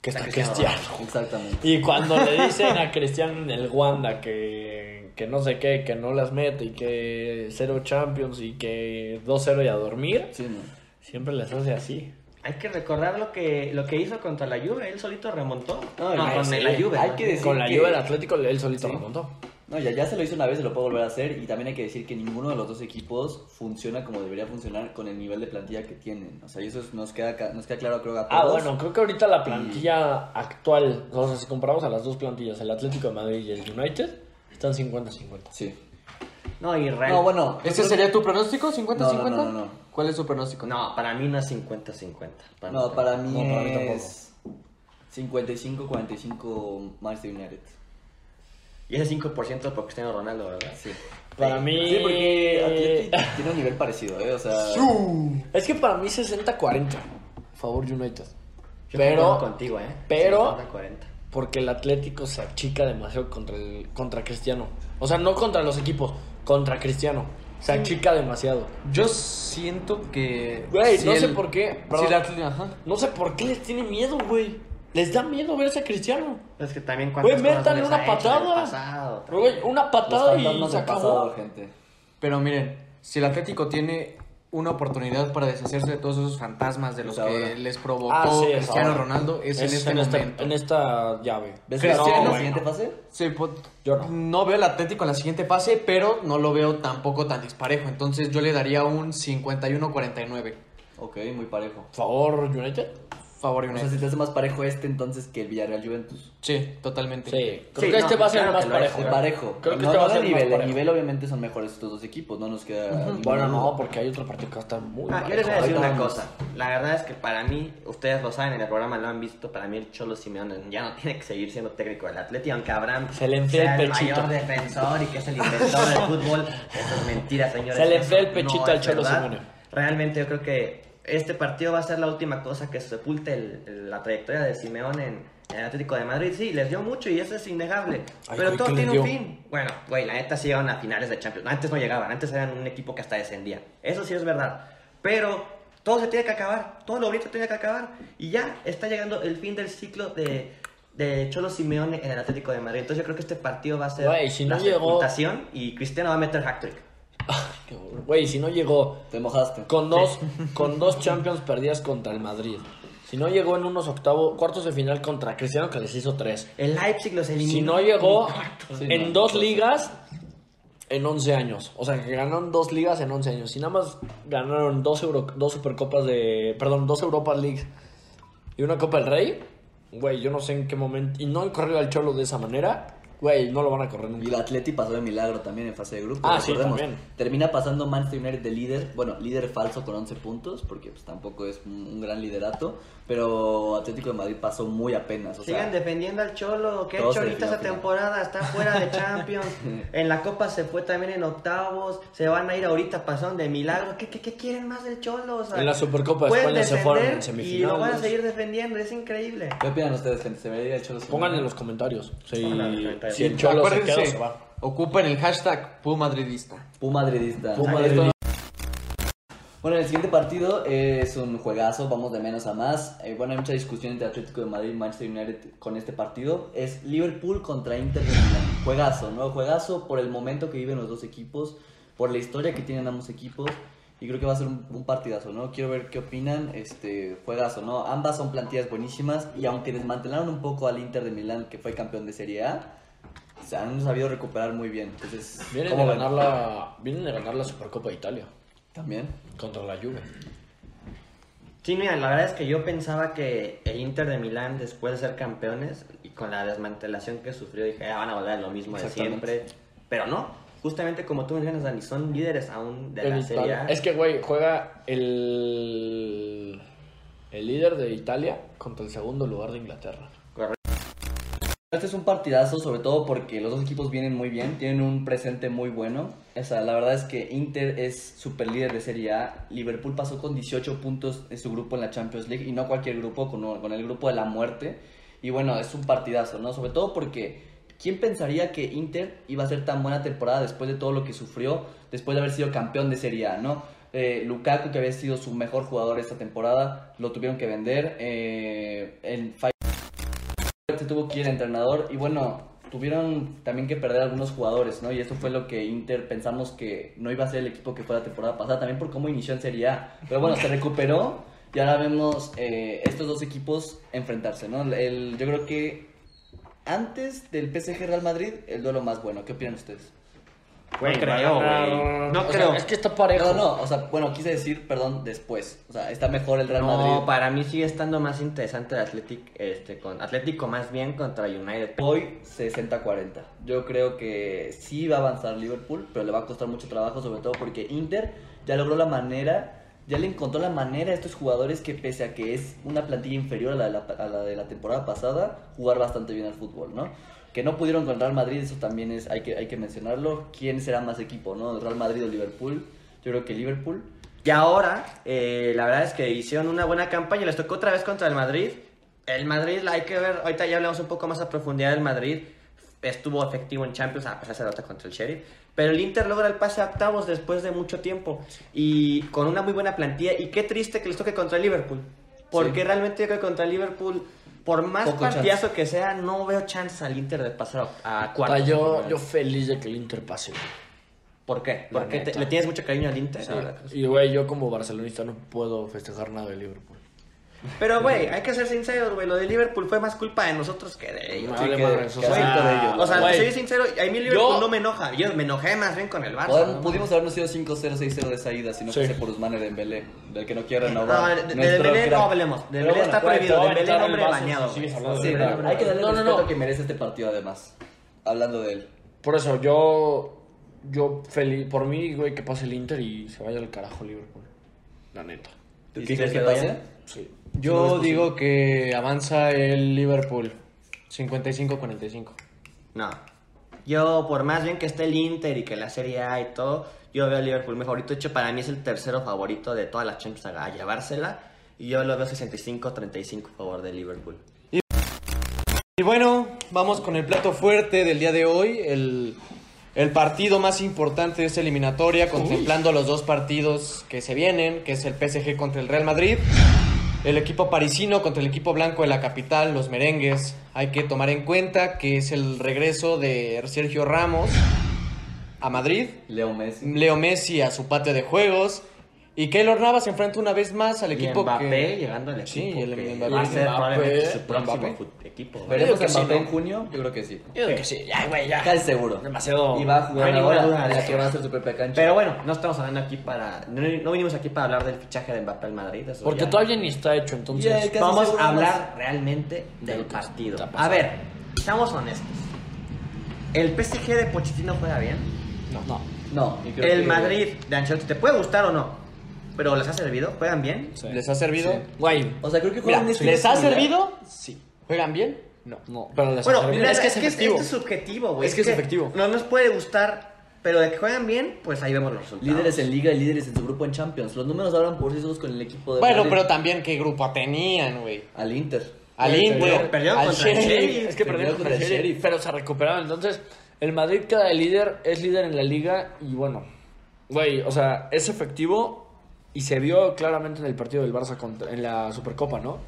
[SPEAKER 1] Que está
[SPEAKER 4] Cristiano
[SPEAKER 1] Cristiano.
[SPEAKER 2] Exactamente.
[SPEAKER 1] Y cuando le dicen a Cristiano en el Wanda que, que no sé qué, que no las mete y que cero Champions y que 2-0 y a dormir,
[SPEAKER 2] Sí, no.
[SPEAKER 1] siempre les hace así.
[SPEAKER 4] Hay que recordar lo que, lo que hizo contra la Juve. Él solito remontó.
[SPEAKER 2] No,
[SPEAKER 4] No,
[SPEAKER 2] no,
[SPEAKER 4] con
[SPEAKER 1] sí.
[SPEAKER 4] la Juve.
[SPEAKER 2] Hay
[SPEAKER 4] ¿no?
[SPEAKER 2] que decir
[SPEAKER 1] Con la
[SPEAKER 2] que-
[SPEAKER 1] lluvia del Atlético, él solito
[SPEAKER 2] Sí.
[SPEAKER 1] remontó.
[SPEAKER 2] No, ya, ya se lo hizo una vez, se lo puede volver a hacer. Y también hay que decir que ninguno de los dos equipos funciona como debería funcionar con el nivel de plantilla que tienen. O sea, y eso es- nos queda, ca- nos queda claro, creo, a todos.
[SPEAKER 1] Ah, bueno, creo que ahorita la plantilla actual, o sea, si comparamos a las dos plantillas, el Atlético de Madrid y el United, están 50-50.
[SPEAKER 2] Sí.
[SPEAKER 4] No, y Real.
[SPEAKER 2] No, bueno. yo
[SPEAKER 3] ¿Ese
[SPEAKER 2] creo
[SPEAKER 3] sería tu pronóstico? ¿50-50?
[SPEAKER 2] No, no, no, no, no.
[SPEAKER 3] ¿Cuál es tu pronóstico?
[SPEAKER 4] No, para mí no es 50-50.
[SPEAKER 2] que- No, para mí
[SPEAKER 1] No, para mí tampoco.
[SPEAKER 2] es 55-45 Manchester United.
[SPEAKER 4] Y ese 5% es por Cristiano Ronaldo, ¿verdad?
[SPEAKER 2] Sí.
[SPEAKER 1] Para mí...
[SPEAKER 2] Sí, porque Atlético tiene un nivel parecido, ¿eh? O sea,
[SPEAKER 1] Es que para mí 60-40, favor United.
[SPEAKER 4] Yo concuerdo
[SPEAKER 1] Pero,
[SPEAKER 4] contigo, ¿eh?
[SPEAKER 1] pero-
[SPEAKER 4] 50-40.
[SPEAKER 1] porque el Atlético se achica demasiado contra, el, contra Cristiano. O sea, no contra los equipos, contra Cristiano. Se achica demasiado.
[SPEAKER 3] Yo siento que...
[SPEAKER 1] Güey,
[SPEAKER 3] si
[SPEAKER 1] no
[SPEAKER 3] el-
[SPEAKER 1] sé por qué.
[SPEAKER 3] si
[SPEAKER 1] perdón.
[SPEAKER 3] el Atl- ajá.
[SPEAKER 1] No sé por qué les tiene miedo, güey. Les da miedo verse a Cristiano.
[SPEAKER 4] Es que también cuando.
[SPEAKER 1] Güey, métanle una patada. Güey, una
[SPEAKER 2] los
[SPEAKER 1] patada y
[SPEAKER 2] fantasmas
[SPEAKER 1] se
[SPEAKER 2] del
[SPEAKER 1] acabó.
[SPEAKER 2] pasado, gente.
[SPEAKER 3] Pero miren, si el Atlético tiene una oportunidad para deshacerse de todos esos fantasmas de los
[SPEAKER 2] Pues ahora.
[SPEAKER 3] que les provocó
[SPEAKER 1] Ah, sí, es
[SPEAKER 3] Cristiano
[SPEAKER 1] ahora.
[SPEAKER 3] Ronaldo, es, en este
[SPEAKER 1] esta-
[SPEAKER 3] momento.
[SPEAKER 1] en esta llave.
[SPEAKER 2] ¿Ves que
[SPEAKER 3] Cristiano,
[SPEAKER 2] la- la
[SPEAKER 3] bueno.
[SPEAKER 2] siguiente fase?
[SPEAKER 3] Sí, po-
[SPEAKER 1] Yo no.
[SPEAKER 3] veo al Atlético en la siguiente fase, pero no lo veo tampoco tan disparejo. Entonces yo le daría un 51-49.
[SPEAKER 2] Ok, muy parejo.
[SPEAKER 1] Favor, United.
[SPEAKER 3] Favor
[SPEAKER 2] O
[SPEAKER 3] United.
[SPEAKER 2] sea, si te hace más parejo este entonces que el Villarreal Juventus.
[SPEAKER 3] Sí, totalmente.
[SPEAKER 1] Sí. Creo que
[SPEAKER 4] no,
[SPEAKER 1] este va a ser
[SPEAKER 4] claro
[SPEAKER 1] más
[SPEAKER 4] que lo es,
[SPEAKER 1] parejo.
[SPEAKER 2] El
[SPEAKER 4] Claro.
[SPEAKER 2] parejo.
[SPEAKER 1] Creo que
[SPEAKER 2] no,
[SPEAKER 1] este va a
[SPEAKER 2] no de
[SPEAKER 1] ser más
[SPEAKER 2] nivel.
[SPEAKER 1] parejo.
[SPEAKER 2] El nivel obviamente son mejores estos dos equipos. No nos queda. ninguna
[SPEAKER 1] Bueno,
[SPEAKER 2] duda.
[SPEAKER 1] no, porque hay otro partido que va a estar muy
[SPEAKER 4] Ah, yo
[SPEAKER 1] parejo.
[SPEAKER 4] les voy a decir
[SPEAKER 1] Ahorita
[SPEAKER 4] una
[SPEAKER 1] vamos.
[SPEAKER 4] cosa. La verdad es que para mí, ustedes lo saben, en el programa lo han visto, para mí el Cholo Simeone ya no tiene que seguir siendo técnico del Atleti, aunque Abraham
[SPEAKER 1] Se le enfría
[SPEAKER 4] sea
[SPEAKER 1] el pechito.
[SPEAKER 4] mayor defensor y que es el inventor del fútbol. Eso es mentira, señores.
[SPEAKER 1] Se le
[SPEAKER 4] Eso
[SPEAKER 1] enfría el
[SPEAKER 4] no
[SPEAKER 1] pechito
[SPEAKER 4] es
[SPEAKER 1] al Cholo
[SPEAKER 4] verdad.
[SPEAKER 1] Simeone.
[SPEAKER 4] Realmente yo creo que este partido va a ser la última cosa que sepulte el- el- la trayectoria de Simeone en, en el Atlético de Madrid. Sí, les dio mucho y eso es innegable.
[SPEAKER 1] Ay,
[SPEAKER 4] pero
[SPEAKER 1] güey,
[SPEAKER 4] todo
[SPEAKER 1] ¿qué les
[SPEAKER 4] tiene un
[SPEAKER 1] dio?
[SPEAKER 4] fin. Bueno, güey, la neta sí llegaron a finales de Champions. Antes no llegaban, antes eran un equipo que hasta descendía. Eso sí es verdad. Pero todo se tiene que acabar, todo lo bonito tiene que acabar. Y ya está llegando el fin del ciclo de, de Cholo Simeone en el Atlético de Madrid. Entonces yo creo que este partido va a ser
[SPEAKER 1] Güey, si no
[SPEAKER 4] la
[SPEAKER 1] llegó-
[SPEAKER 4] sepultación y Cristiano va a meter hat-trick.
[SPEAKER 1] Qué horror. Güey, si no llegó
[SPEAKER 2] Te mojaste.
[SPEAKER 1] con dos, con dos Champions perdidas contra el Madrid. Si no llegó en unos octavos, cuartos de final contra Cristiano, que les hizo tres.
[SPEAKER 4] El Leipzig los eliminó.
[SPEAKER 1] Si no llegó
[SPEAKER 2] Sí,
[SPEAKER 1] en
[SPEAKER 2] no,
[SPEAKER 1] dos
[SPEAKER 2] no.
[SPEAKER 1] ligas en 11 años. O sea, que ganaron dos ligas en 11 años. Si nada más ganaron dos, Euro- dos Supercopas de... Perdón, dos Europa Leagues y una Copa del Rey, güey, yo no sé en qué momento. Y no han corrido al Cholo de esa manera, güey, no lo van a correr
[SPEAKER 2] Y
[SPEAKER 1] nunca.
[SPEAKER 2] el Atleti pasó de milagro también en fase de grupo.
[SPEAKER 1] Ah, sí,
[SPEAKER 2] recordemos.
[SPEAKER 1] también.
[SPEAKER 2] Termina pasando Manchester United de líder, bueno, líder falso con 11 puntos, porque pues tampoco es un, un gran liderato, pero Atlético de Madrid pasó muy apenas. O sea,
[SPEAKER 4] Sigan defendiendo al Cholo, que ha
[SPEAKER 2] todos
[SPEAKER 4] hecho
[SPEAKER 2] se
[SPEAKER 4] ahorita esa
[SPEAKER 2] defienden.
[SPEAKER 4] temporada, está fuera de Champions. en la Copa se fue también en octavos, se van a ir ahorita, pasaron de milagro. ¿Qué, qué, qué quieren más del Cholo? O sea,
[SPEAKER 1] En la Supercopa de
[SPEAKER 4] pueden
[SPEAKER 1] España se fueron en
[SPEAKER 4] defender Y lo van a
[SPEAKER 1] semifinales.
[SPEAKER 4] seguir defendiendo, es increíble.
[SPEAKER 2] ¿Qué opinan ustedes, gente? ¿Se vería el Cholo sin
[SPEAKER 1] Pongan
[SPEAKER 2] gol?
[SPEAKER 1] en los comentarios. Si,
[SPEAKER 4] Pongan en los comentarios.
[SPEAKER 1] si el Cholo se queda o
[SPEAKER 3] Acuérdense,
[SPEAKER 1] se va.
[SPEAKER 3] Ocupen el hashtag Pumadridista.
[SPEAKER 2] Pumadridista.
[SPEAKER 1] Pumadridista.
[SPEAKER 2] Bueno, el siguiente partido eh, es un juegazo, vamos de menos a más. Eh, bueno, hay mucha discusión entre Atlético de Madrid y Manchester United con este partido. Es Liverpool contra Inter de Milán. Juegazo, ¿no? Juegazo por el momento que viven los dos equipos, por la historia que tienen ambos equipos. Y creo que va a ser un, un partidazo, ¿no? Quiero ver qué opinan. Este, juegazo, ¿no? Ambas son plantillas buenísimas. Y aunque desmantelaron un poco al Inter de Milán, que fue campeón de Serie A, se han sabido recuperar muy bien. Entonces,
[SPEAKER 1] Vienen
[SPEAKER 2] ¿cómo
[SPEAKER 1] de,
[SPEAKER 2] ven?
[SPEAKER 1] ganar la, vienen de ganar la Supercopa de Italia
[SPEAKER 2] También.
[SPEAKER 1] contra la Juve.
[SPEAKER 4] Sí, mira, la verdad es que yo pensaba que el Inter de Milán, después de ser campeones y con la desmantelación que sufrió, dije, "Ah, van a volver a lo mismo de
[SPEAKER 2] Exactamente.
[SPEAKER 4] siempre. Pero no, justamente como tú mencionas, Dani, son líderes aún de
[SPEAKER 1] En
[SPEAKER 4] la
[SPEAKER 1] Italia.
[SPEAKER 4] Serie A.
[SPEAKER 1] Es que, güey, juega el, el líder de Italia contra el segundo lugar de Inglaterra.
[SPEAKER 2] Este es un partidazo, sobre todo porque los dos equipos vienen muy bien, tienen un presente muy bueno. O sea, la verdad es que Inter es super líder de Serie A. Liverpool pasó con 18 puntos en su grupo en la Champions League y no cualquier grupo, con, con el grupo de la muerte. Y bueno, es un partidazo, ¿no? Sobre todo porque ¿quién pensaría que Inter iba a ser tan buena temporada después de todo lo que sufrió, después de haber sido campeón de Serie A, ¿no? Eh, Lukaku, que había sido su mejor jugador esta temporada, lo tuvieron que vender. Eh, en se tuvo que ir el entrenador y bueno, tuvieron también que perder algunos jugadores, ¿no? Y eso fue lo que Inter pensamos que no iba a ser el equipo que fue la temporada pasada, también por cómo inició en Serie A. Pero bueno, se recuperó y ahora vemos eh, estos dos equipos enfrentarse, ¿no? El, yo creo que antes del PSG Real Madrid, el duelo más bueno. ¿Qué opinan ustedes?
[SPEAKER 4] Güey,
[SPEAKER 1] No
[SPEAKER 4] va a
[SPEAKER 1] creo,
[SPEAKER 4] ganar-
[SPEAKER 1] güey.
[SPEAKER 4] No
[SPEAKER 1] O sea,
[SPEAKER 4] creo.
[SPEAKER 1] es que está parejo.
[SPEAKER 2] No, no, o sea, bueno, quise decir, perdón, después. O sea, está mejor el Real
[SPEAKER 4] no,
[SPEAKER 2] Madrid.
[SPEAKER 4] para mí sigue estando más interesante el Athletic, este, con Atlético más bien contra United.
[SPEAKER 2] Hoy 60-40. Yo creo que sí va a avanzar Liverpool, pero le va a costar mucho trabajo, sobre todo porque Inter ya logró la manera, ya le encontró la manera a estos jugadores que pese a que es una plantilla inferior a la de la, a la de la temporada pasada, jugar bastante bien al fútbol, ¿no? Que no pudieron con Real Madrid, eso también es, hay que, hay que mencionarlo. ¿Quién será más equipo, no? ¿Real Madrid o Liverpool? Yo creo que Liverpool.
[SPEAKER 4] Y ahora, eh, la verdad es que hicieron una buena campaña, les tocó otra vez contra el Madrid. El Madrid, la hay que ver, ahorita ya hablamos un poco más a profundidad del Madrid. Estuvo efectivo en Champions, a pesar de esa derrota contra el Sheriff. Pero el Inter logra el pase a octavos después de mucho tiempo y con una muy buena plantilla. Y qué triste que les toque contra el Liverpool. Porque
[SPEAKER 2] Sí.
[SPEAKER 4] realmente yo creo que contra el Liverpool, por más
[SPEAKER 2] Poco
[SPEAKER 4] partidazo que sea, no veo chances al Inter de pasar a, a
[SPEAKER 2] Ah,
[SPEAKER 4] cuartos.
[SPEAKER 1] Puta, yo, yo feliz de que el Inter pase. güey.
[SPEAKER 4] ¿Por qué?
[SPEAKER 2] La
[SPEAKER 4] Porque te-
[SPEAKER 2] neta.
[SPEAKER 4] le tienes mucho cariño al Inter. la verdad.
[SPEAKER 1] Y, güey, yo como barcelonista no puedo festejar nada de Liverpool.
[SPEAKER 4] Pero, güey, hay que ser sinceros, güey. Lo de Liverpool fue más culpa de nosotros que de ellos.
[SPEAKER 1] Me
[SPEAKER 2] sí
[SPEAKER 1] vale
[SPEAKER 2] que-
[SPEAKER 1] madres, o
[SPEAKER 2] que
[SPEAKER 1] sea,
[SPEAKER 2] acepto de ellos.
[SPEAKER 4] O sea,
[SPEAKER 1] Ah, güey,
[SPEAKER 4] soy sincero, a mí Liverpool
[SPEAKER 1] Yo-
[SPEAKER 4] no me enoja. Yo me enojé más bien con el Barça.
[SPEAKER 2] Podemos-
[SPEAKER 4] Ah, ¿no?
[SPEAKER 2] pudimos habernos sido 5-0, 6-0 de salida, si no
[SPEAKER 1] Sí.
[SPEAKER 2] fuese por Usman Dembélé, del que no quiero
[SPEAKER 4] No,
[SPEAKER 2] renovar.
[SPEAKER 4] de- de,
[SPEAKER 2] Nuestro
[SPEAKER 4] Dembélé no
[SPEAKER 2] crack.
[SPEAKER 4] hablemos.
[SPEAKER 2] Pero
[SPEAKER 4] Dembélé
[SPEAKER 2] bueno,
[SPEAKER 4] está
[SPEAKER 1] güey,
[SPEAKER 4] prohibido.
[SPEAKER 1] te va a
[SPEAKER 4] Dembélé
[SPEAKER 1] aventar el
[SPEAKER 4] hombre
[SPEAKER 1] vaso si
[SPEAKER 4] bañado. güey.
[SPEAKER 1] sigues hablando de
[SPEAKER 2] Sí,
[SPEAKER 1] Dembélé.
[SPEAKER 2] pero hay que darle
[SPEAKER 1] No,
[SPEAKER 2] el
[SPEAKER 1] no,
[SPEAKER 2] respeto
[SPEAKER 1] no.
[SPEAKER 2] que merece este partido además. Hablando de él.
[SPEAKER 1] Por eso, yo. Yo feliz. Por mí, güey, que pase el Inter y se vaya al carajo Liverpool. La neta.
[SPEAKER 2] ¿Tú
[SPEAKER 1] Sí,
[SPEAKER 2] quieres
[SPEAKER 1] que
[SPEAKER 2] que
[SPEAKER 1] vaya?
[SPEAKER 2] pase?
[SPEAKER 1] Sí.
[SPEAKER 3] Yo digo que avanza el Liverpool. 55-45.
[SPEAKER 4] No. Yo, por más bien que esté el Inter y que la Serie A y todo, yo veo a Liverpool mejor. De hecho, para mí es el tercero favorito de todas las Champions a llevársela. Y yo lo veo 65-35 a favor de Liverpool.
[SPEAKER 3] Y bueno, vamos con el plato fuerte del día de hoy. El, el partido más importante de esta eliminatoria, contemplando los dos partidos que se vienen, que es el PSG contra el Real Madrid. El equipo parisino contra el equipo blanco de la capital, los merengues. Hay que tomar en cuenta que es el regreso de Sergio Ramos a Madrid.
[SPEAKER 2] Leo Messi.
[SPEAKER 3] Leo Messi a su patio de juegos. Y Keylor Navas se enfrenta una vez más al
[SPEAKER 4] Y
[SPEAKER 3] equipo
[SPEAKER 4] Mbappé
[SPEAKER 3] que...
[SPEAKER 4] llegando al
[SPEAKER 3] Sí,
[SPEAKER 4] equipo.
[SPEAKER 3] y el-
[SPEAKER 4] que
[SPEAKER 3] el Mbappé.
[SPEAKER 4] Va a ser
[SPEAKER 1] Mbappé,
[SPEAKER 4] probablemente su próximo
[SPEAKER 1] Mbappé.
[SPEAKER 4] fut- equipo. ¿verdad?
[SPEAKER 2] Veremos
[SPEAKER 1] que
[SPEAKER 2] que
[SPEAKER 1] sí,
[SPEAKER 2] Mbappé
[SPEAKER 1] ¿no?
[SPEAKER 2] en junio, yo creo que sí.
[SPEAKER 1] Yo creo que sí, ya, güey, ya.
[SPEAKER 2] Casi seguro.
[SPEAKER 1] Demasiado.
[SPEAKER 2] Y va a jugar
[SPEAKER 4] No hay ninguna duda
[SPEAKER 2] ahora
[SPEAKER 4] de
[SPEAKER 2] la
[SPEAKER 4] eso.
[SPEAKER 2] que va a ser su propia cancha.
[SPEAKER 4] Pero bueno, no estamos hablando aquí para. No, no vinimos aquí para hablar del fichaje de Mbappé al Madrid. eso
[SPEAKER 1] Porque
[SPEAKER 4] ya-
[SPEAKER 1] todavía ni está hecho, entonces.
[SPEAKER 2] Ya, casi
[SPEAKER 4] Vamos
[SPEAKER 2] seguro
[SPEAKER 4] a
[SPEAKER 2] más.
[SPEAKER 4] hablar realmente
[SPEAKER 1] de
[SPEAKER 4] del
[SPEAKER 1] lo que
[SPEAKER 4] partido.
[SPEAKER 1] está pasando.
[SPEAKER 4] A ver, seamos honestos. El PSG de Pochettino juega bien.
[SPEAKER 1] No. no.
[SPEAKER 2] No, y creo
[SPEAKER 4] El
[SPEAKER 2] que-
[SPEAKER 4] Madrid de Ancelotti te puede gustar o no, pero les ha servido, juegan bien.
[SPEAKER 1] Sí.
[SPEAKER 3] ¿Les ha servido?
[SPEAKER 2] Sí.
[SPEAKER 1] Güey.
[SPEAKER 2] O sea, creo que juegan
[SPEAKER 3] Mira,
[SPEAKER 2] un estilo
[SPEAKER 3] ¿les ha
[SPEAKER 2] similar.
[SPEAKER 3] servido?
[SPEAKER 1] Sí.
[SPEAKER 3] ¿Juegan bien?
[SPEAKER 1] No. No, pero les ha
[SPEAKER 4] Bueno,
[SPEAKER 1] servido.
[SPEAKER 4] mira,
[SPEAKER 3] es que es efectivo.
[SPEAKER 4] esto es subjetivo, güey.
[SPEAKER 3] Es que es efectivo.
[SPEAKER 4] No nos puede gustar, pero de que juegan bien, pues ahí vemos los resultados.
[SPEAKER 2] Líderes en liga y líderes en su grupo en Champions. Los números hablan por sí solos con el equipo de
[SPEAKER 3] Bueno,
[SPEAKER 2] Madrid.
[SPEAKER 3] pero también qué grupo tenían, güey.
[SPEAKER 2] al Inter.
[SPEAKER 3] Al
[SPEAKER 1] Güey,
[SPEAKER 3] Inter,
[SPEAKER 1] perdieron-
[SPEAKER 4] perdieron
[SPEAKER 3] al
[SPEAKER 4] contra el
[SPEAKER 3] Sheriff.
[SPEAKER 4] Sheriff.
[SPEAKER 1] Es que perdieron
[SPEAKER 2] Perdieron
[SPEAKER 1] contra
[SPEAKER 2] contra
[SPEAKER 1] el
[SPEAKER 2] el
[SPEAKER 1] Sheriff,
[SPEAKER 2] Sheriff.
[SPEAKER 1] pero se recuperaron. Entonces, el Madrid queda de líder, es líder en la liga y bueno, güey, o sea, es efectivo y se vio claramente en el partido del Barça contra, en la Supercopa, ¿no?